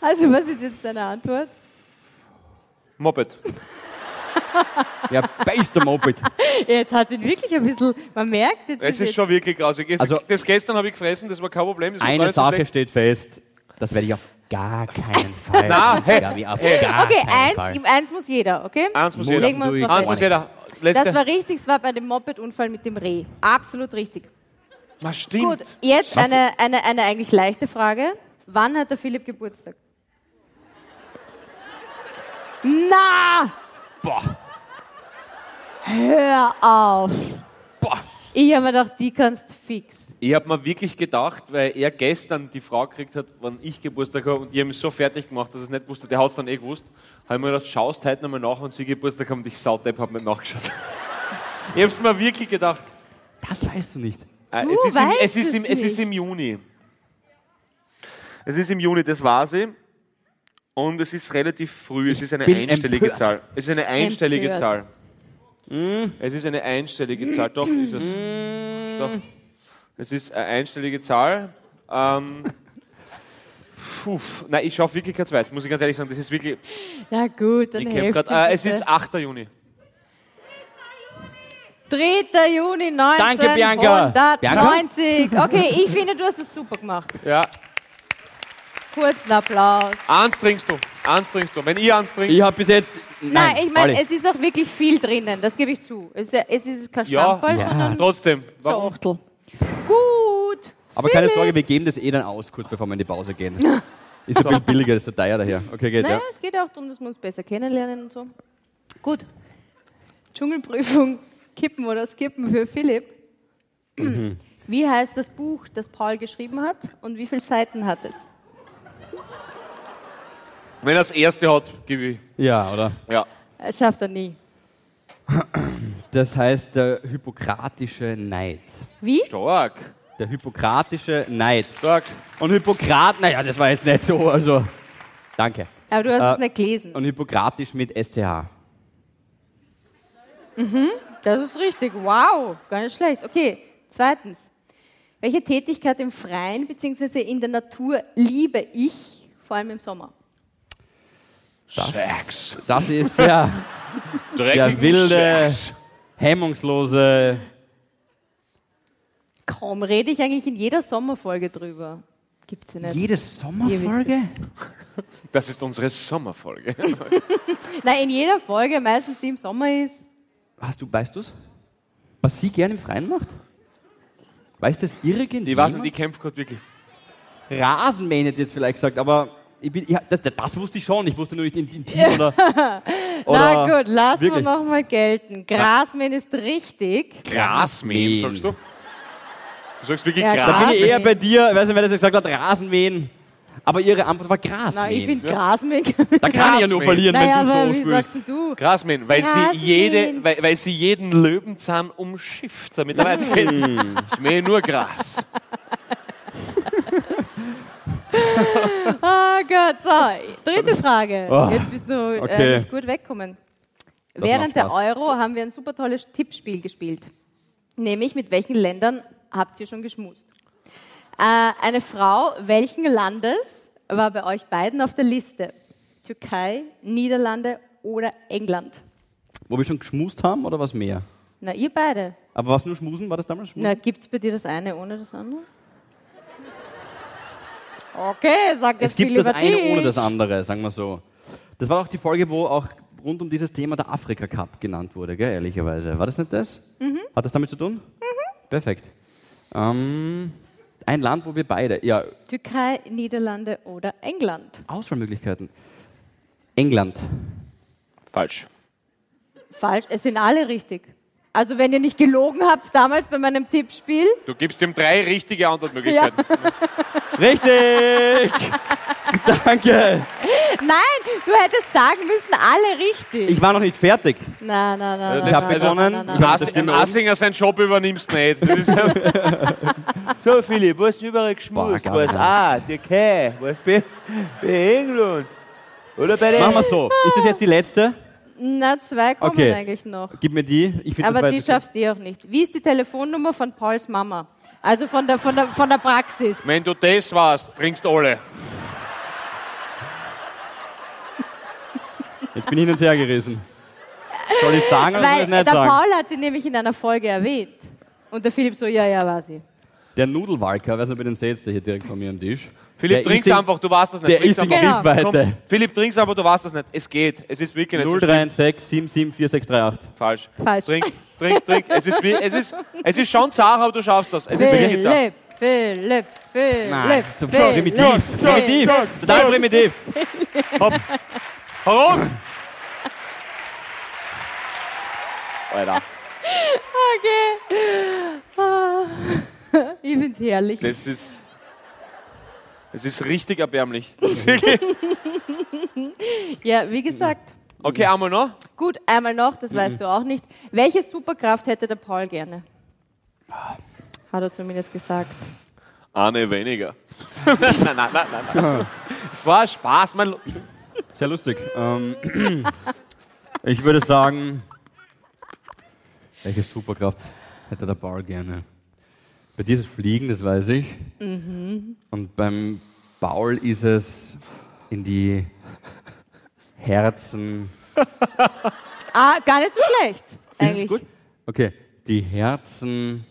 S3: Also, was ist jetzt deine Antwort?
S6: Moped.
S5: Ja, bester Moped.
S3: Jetzt hat ihn wirklich ein bisschen, man merkt jetzt.
S6: Es ist
S3: jetzt-
S6: schon wirklich grausig. Es-
S5: Also-
S6: das gestern habe ich gefressen, das war kein Problem. Das war gar
S5: Eine
S6: nicht so
S5: Sache
S6: schlecht.
S5: steht fest, das werde ich auf gar
S6: *laughs*
S5: keinen Fall.
S6: Na, hey,
S5: Gabi, auf
S6: hey.
S5: gar
S3: Okay,
S5: keinen Fall.
S3: eins, eins muss jeder, okay?
S6: Eins muss
S3: Legen
S6: jeder.
S3: wir uns
S5: Durch.
S3: drauf
S6: Eins
S3: ein.
S6: muss jeder. Letzte.
S3: Das war richtig, es war bei dem Moped-Unfall mit dem Reh. Absolut richtig.
S6: Na, stimmt.
S3: Gut, jetzt eine, eine, eine eigentlich leichte Frage. Wann hat der Philipp Geburtstag? Na! Boah. Hör auf. Ich habe mir gedacht, die kannst fix.
S6: Ich habe mir wirklich gedacht, weil er gestern die Frau gekriegt hat, wann ich Geburtstag habe und ich habe mich so fertig gemacht, dass er es nicht wusste, der hat es dann eh gewusst, habe ich mir gedacht, schaust heute nochmal nach, wann sie Geburtstag haben und ich saudepp habe nicht nachgeschaut. *laughs* ich habe es mir wirklich gedacht.
S5: Das weißt du nicht.
S6: Äh,
S3: Du
S6: es, ist im,
S3: weißt
S6: es, ist
S3: es
S6: im, es ist
S3: nicht.
S6: im Juni. Es ist im Juni, das war sie. Und es ist relativ früh, es ist eine
S5: bin
S6: einstellige
S5: empört.
S6: Zahl. Es ist eine einstellige
S3: Empört. Hm?
S6: Zahl. Es ist eine einstellige Zahl, doch ist es. Doch. Es ist eine einstellige Zahl. Ähm, puh, nein, ich schaue wirklich kein zweites, muss ich ganz ehrlich sagen. Das ist wirklich.
S3: Na gut, dann
S6: Ich kämpfe
S3: helft
S6: gerade.
S3: mir
S6: Äh, es
S3: bitte.
S6: ist 8. Juni.
S3: 3. Juni 1990.
S5: Danke, Bianca.
S3: Okay, ich finde, du hast es super gemacht.
S6: Ja.
S3: Kurzen Applaus.
S6: Eins trinkst du. Eins trinkst du. Wenn ihr eins trinkt.
S5: Ich habe bis jetzt.
S3: Nein, ich meine,
S5: alle.
S3: es ist auch wirklich viel drinnen, das gebe ich zu. Es ist, ja- es ist kein
S6: Ja,
S3: Stammball, sondern
S6: Trotzdem.
S3: so ein Achtel. Gut.
S5: Aber keine
S3: Philipp.
S5: Sorge, wir geben das eh dann aus, kurz bevor wir in die Pause
S3: *laughs*
S5: gehen. Ist ein bisschen billiger, ist so teuer daher. Okay, geht,
S3: Naja,
S5: ja.
S3: es geht ja auch darum, dass wir uns besser kennenlernen und so. Gut. Dschungelprüfung, kippen oder skippen für Philipp. Wie heißt das Buch, das Paul geschrieben hat und wie viele Seiten hat es?
S6: Wenn er das erste hat, gebe ich.
S5: Ja, oder?
S6: Ja.
S3: Das schafft er nie.
S5: Das heißt der hippokratische Neid.
S3: Wie?
S6: Stark.
S5: Der hippokratische Neid.
S6: Stark.
S5: Und Hippokrat, naja, das war jetzt nicht so, also. Danke.
S3: Aber du hast
S5: Äh,
S3: es nicht gelesen.
S5: Und hippokratisch mit SCH.
S3: Das ist richtig. Wow, gar nicht schlecht. Okay, zweitens. Welche Tätigkeit im Freien bzw. in der Natur liebe ich, vor allem im Sommer?
S5: Das, das ist ja der
S6: *laughs* Dreckigen
S5: wilde,
S6: Scheiß.
S5: hemmungslose.
S3: Kaum rede ich eigentlich in jeder Sommerfolge drüber. Gibt's ja nicht.
S5: Jede
S3: Sommerfolge?
S6: Das ist unsere Sommerfolge.
S3: Nein, in jeder Folge, meistens die im Sommer ist.
S5: Hast du, weißt du's? Was sie gerne im Freien macht? Weißt du das irgendwie?
S6: Die weiß nicht, die kämpft gerade wirklich.
S5: Rasenmähen hätte ich jetzt vielleicht gesagt, aber ich bin, ja, das, das wusste ich schon. Ich wusste nur nicht in, in Team
S3: *laughs*
S5: oder.
S3: Na
S5: oder-
S3: gut, lassen wir
S5: wirklich.
S3: nochmal gelten. Grasmähen ist richtig.
S6: Grasmähen, sagst du? Du sagst wirklich
S3: Ja,
S5: Da
S6: Gras.
S5: bin ich eher
S3: Rasenmähen.
S5: bei dir, ich weiß nicht, wer das gesagt hat, Rasenmähen. Aber ihre Antwort war Grasmähen.
S3: Na, ich finde Grasmähen. Da
S5: da kann ich ja nur
S6: Grasmähen.
S3: *laughs*
S5: verlieren,
S3: naja, aber
S5: wenn
S3: wie
S5: du so
S3: sagst
S5: spielst.
S3: denn du?
S6: Grasmähen, weil sie,
S3: Grasmähen.
S6: jede, weil, weil sie jeden Löwenzahn umschifft, damit er *laughs* weitergeht. Ich mähe nur Gras.
S3: Oh Gott, so. Dritte Frage.
S5: Oh,
S3: Jetzt bist du
S5: okay.
S3: äh, nicht gut weggekommen.
S5: Das
S3: Während
S5: macht
S3: der
S5: Spaß.
S3: Euro haben wir ein super tolles Tippspiel gespielt. Nämlich, mit welchen Ländern habt ihr schon geschmust? Äh, eine Frau welchen Landes war bei euch beiden auf der Liste? Türkei, Niederlande oder England?
S5: Wo wir schon geschmust haben oder was mehr?
S3: Na, ihr beide.
S5: Aber was nur schmusen, war das damals schmusen?
S3: Na, gibt's bei dir das eine ohne das andere? Okay, sag jetzt
S5: es gibt
S3: viel
S5: das
S3: über
S5: eine
S3: dich.
S5: ohne das andere, sagen wir so. Das war auch die Folge, wo auch rund um dieses Thema der Afrika Cup genannt wurde, gell, ehrlicherweise. War das nicht das?
S3: Mhm.
S5: Hat das damit zu tun? Perfekt. Ähm, ein Land, wo wir beide, ja,
S3: Türkei, Niederlande oder England?
S5: Auswahlmöglichkeiten. England.
S6: Falsch.
S3: Falsch, es sind alle richtig. Also wenn ihr nicht gelogen habt damals bei meinem Tippspiel,
S6: Du gibst ihm drei richtige Antwortmöglichkeiten.
S5: Richtig! Danke!
S3: *laughs* nein, du hättest sagen müssen, alle richtig.
S5: Ich war noch nicht fertig.
S3: nein, nein, nein.
S5: Ich habe
S3: nein, nein,
S5: begonnen.
S3: nein,
S5: ich
S3: nein.
S5: hab
S6: Ass,
S5: das
S6: Im
S5: Thema-
S6: Assinger seinen Job übernimmst nicht. Das ist,
S7: So, Philipp, wo hast du überall geschmust?
S5: Boah,
S7: Wo ist
S5: geil.
S7: A, Türkei, wo ist B, bei England? Oder bei den...
S5: Machen wir so. Ist das jetzt die letzte?
S3: Na, zwei kommen
S5: Okay.
S3: eigentlich noch.
S5: Gib mir die. Ich find, das war
S3: Aber die
S5: jetzt-
S3: schaffst du eh auch nicht. Wie ist die Telefonnummer von Pauls Mama? Also von der, von der, von der Praxis.
S6: wenn du das warst, trinkst alle.
S5: Jetzt bin ich hin und her gerissen. Soll ich sagen oder soll ich
S3: Weil
S5: es
S3: der
S5: nicht sagen?
S3: Paul hat sie nämlich in einer Folge erwähnt. Und der Philipp so, ja, ja, war sie.
S5: Der Nudelwalker, weiß nicht, ob ihr den seht, der hier direkt vor mir am Tisch.
S6: Philipp,
S5: der
S6: trinkst
S5: ist in-
S6: einfach, du warst das nicht.
S5: Der
S6: Trink's
S5: ist in
S6: einfach.
S3: Genau.
S5: Griffweite.
S6: Philipp, trink's einfach, du warst das nicht. Es geht. Es ist wirklich nicht so
S5: 036 77 4638.
S6: Falsch.
S3: Falsch.
S6: Trink, trink, trink. Es ist, wie, es ist, es ist schon zart, aber du schaffst das. Es ist wirklich zart.
S3: Philipp, Philipp, Philipp,
S5: Nein,
S3: Philipp,
S5: so primitiv. Primitiv. Total primitiv.
S3: *laughs*
S6: Warum? Alter.
S3: Okay. Ich find's herrlich.
S6: Das ist. Es ist richtig erbärmlich.
S3: Ja, wie gesagt.
S6: Okay, einmal noch.
S3: Gut, einmal noch, das weißt du auch nicht. Welche Superkraft hätte der Paul gerne? Hat er zumindest gesagt.
S6: Eine weniger. nein, nein, nein, nein, nein. Es war Spaß, mein. Lo-
S5: Sehr lustig. Ähm, *clears throat* ich würde sagen, welche Superkraft hätte der Paul gerne? Bei dir ist es Fliegen, das weiß ich. Und beim Paul ist es in die Herzen.
S3: Ah, gar nicht so schlecht.
S5: Ist es
S3: Eigentlich.
S5: Gut? Okay, die Herzen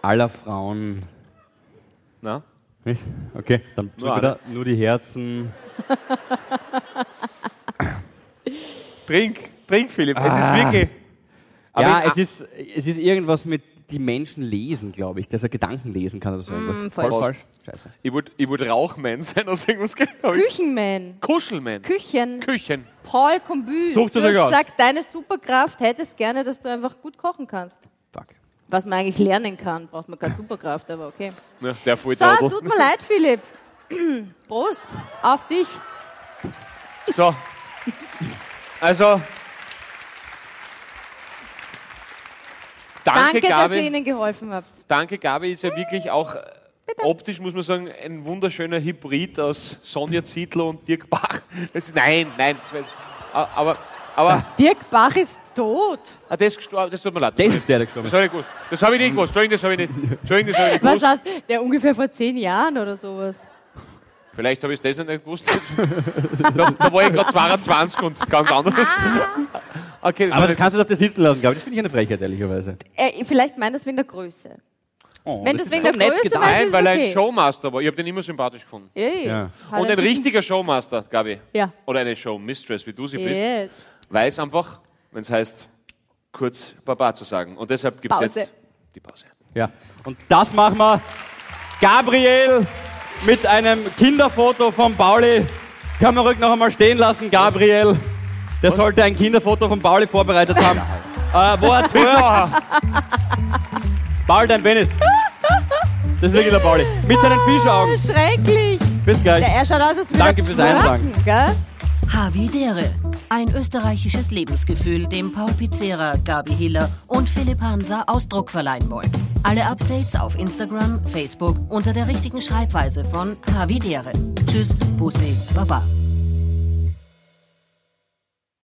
S5: aller Frauen.
S6: Na?
S5: Nicht? Okay, dann nur,
S6: alle.
S5: wieder, nur die Herzen.
S6: Trink, trink, Philipp. Es ist wirklich.
S5: ja,
S6: ich-
S5: es ist, es ist irgendwas mit die Menschen lesen, glaube ich, dass er Gedanken lesen kann oder so irgendwas.
S3: falsch.
S5: Scheiße.
S6: Ich wollte ich wollt Rauchman sein aus irgendwas. gell? Aber ich-
S3: Küchenman.
S6: Kuschelman.
S3: Küchen.
S6: Küchen.
S3: Paul Combüs.
S5: Sucht
S3: du
S5: es euch
S3: hast
S5: aus.
S3: gesagt, deine Superkraft hättest gerne, dass du einfach gut kochen kannst.
S5: Fuck.
S3: Was man eigentlich lernen kann, braucht man keine Superkraft, aber okay.
S6: Ja, der
S3: So,
S6: Volltrottel.
S3: tut mir leid, Philipp. *clears throat* Prost auf dich.
S6: So. Also. Danke,
S3: Danke, dass ihr
S6: Gabi.
S3: ihnen geholfen habt.
S6: Danke, Gabi ist ja wirklich auch äh, optisch, muss man sagen, ein wunderschöner Hybrid aus Sonja Zietlow und Dirk Bach. Das, nein, nein. Aber, aber
S3: Dirk Bach ist tot.
S6: ah, das, gestor- das tut mir leid.
S5: Das ist der, der gestorben
S6: Das
S5: ist.
S6: habe ich gewusst. Das habe ich nicht gewusst. Entschuldigung, das habe ich nicht, Entschuldigung, das habe ich nicht
S3: Was
S6: gewusst.
S3: heißt, der ungefähr vor zehn Jahren oder sowas.
S6: Vielleicht habe ich das nicht gewusst. *laughs* da, da war ich gerade 22 und ganz anders.
S3: Ah.
S6: Okay, das
S5: Aber
S6: war
S5: das
S6: nicht-
S5: kannst du doch das sitzen lassen, glaube ich. Das finde ich eine Frechheit, ehrlicherweise.
S3: Äh, vielleicht meint das wegen der Größe.
S5: Oh,
S3: Wenn du's
S5: das ist
S3: wegen
S5: so
S3: der
S5: nett
S3: Größe
S5: gedacht.
S3: meinst,
S6: Nein, weil er ein
S3: okay.
S6: Showmaster war. Ich habe den immer sympathisch gefunden.
S3: Ey,
S5: Ja.
S3: hat
S6: Und ein
S3: er dicken-
S6: richtiger Showmaster, Gabi.
S3: Ja.
S6: Oder eine Showmistress, wie du sie bist.
S3: Yes.
S6: weiß einfach, wenn es heißt, kurz Baba zu sagen. Und deshalb gibt es
S3: Pause.
S6: jetzt die Pause.
S5: Ja. Und das machen wir. Gabriel mit einem Kinderfoto von Pauli. Kann man ruhig noch einmal stehen lassen, Gabriel. Der sollte ein Kinderfoto von Pauli
S3: *laughs*
S5: vorbereitet haben. äh, wo hat's gehört? Paul, dein Penis. Das ist wirklich der Pauli. Mit seinen Fischaugen.
S3: Schrecklich.
S5: Bis gleich.
S3: Ja, er schaut aus, als würde
S5: Danke
S3: er
S5: fürs Einsagen.
S3: twerken, gell?
S2: Havidere.
S1: Ein österreichisches Lebensgefühl, dem Paul Pizzera, Gabi Hiller und Philipp Hansa Ausdruck verleihen wollen. Alle Updates auf Instagram, Facebook unter der richtigen Schreibweise von Havidere. Tschüss, Bussi, Baba.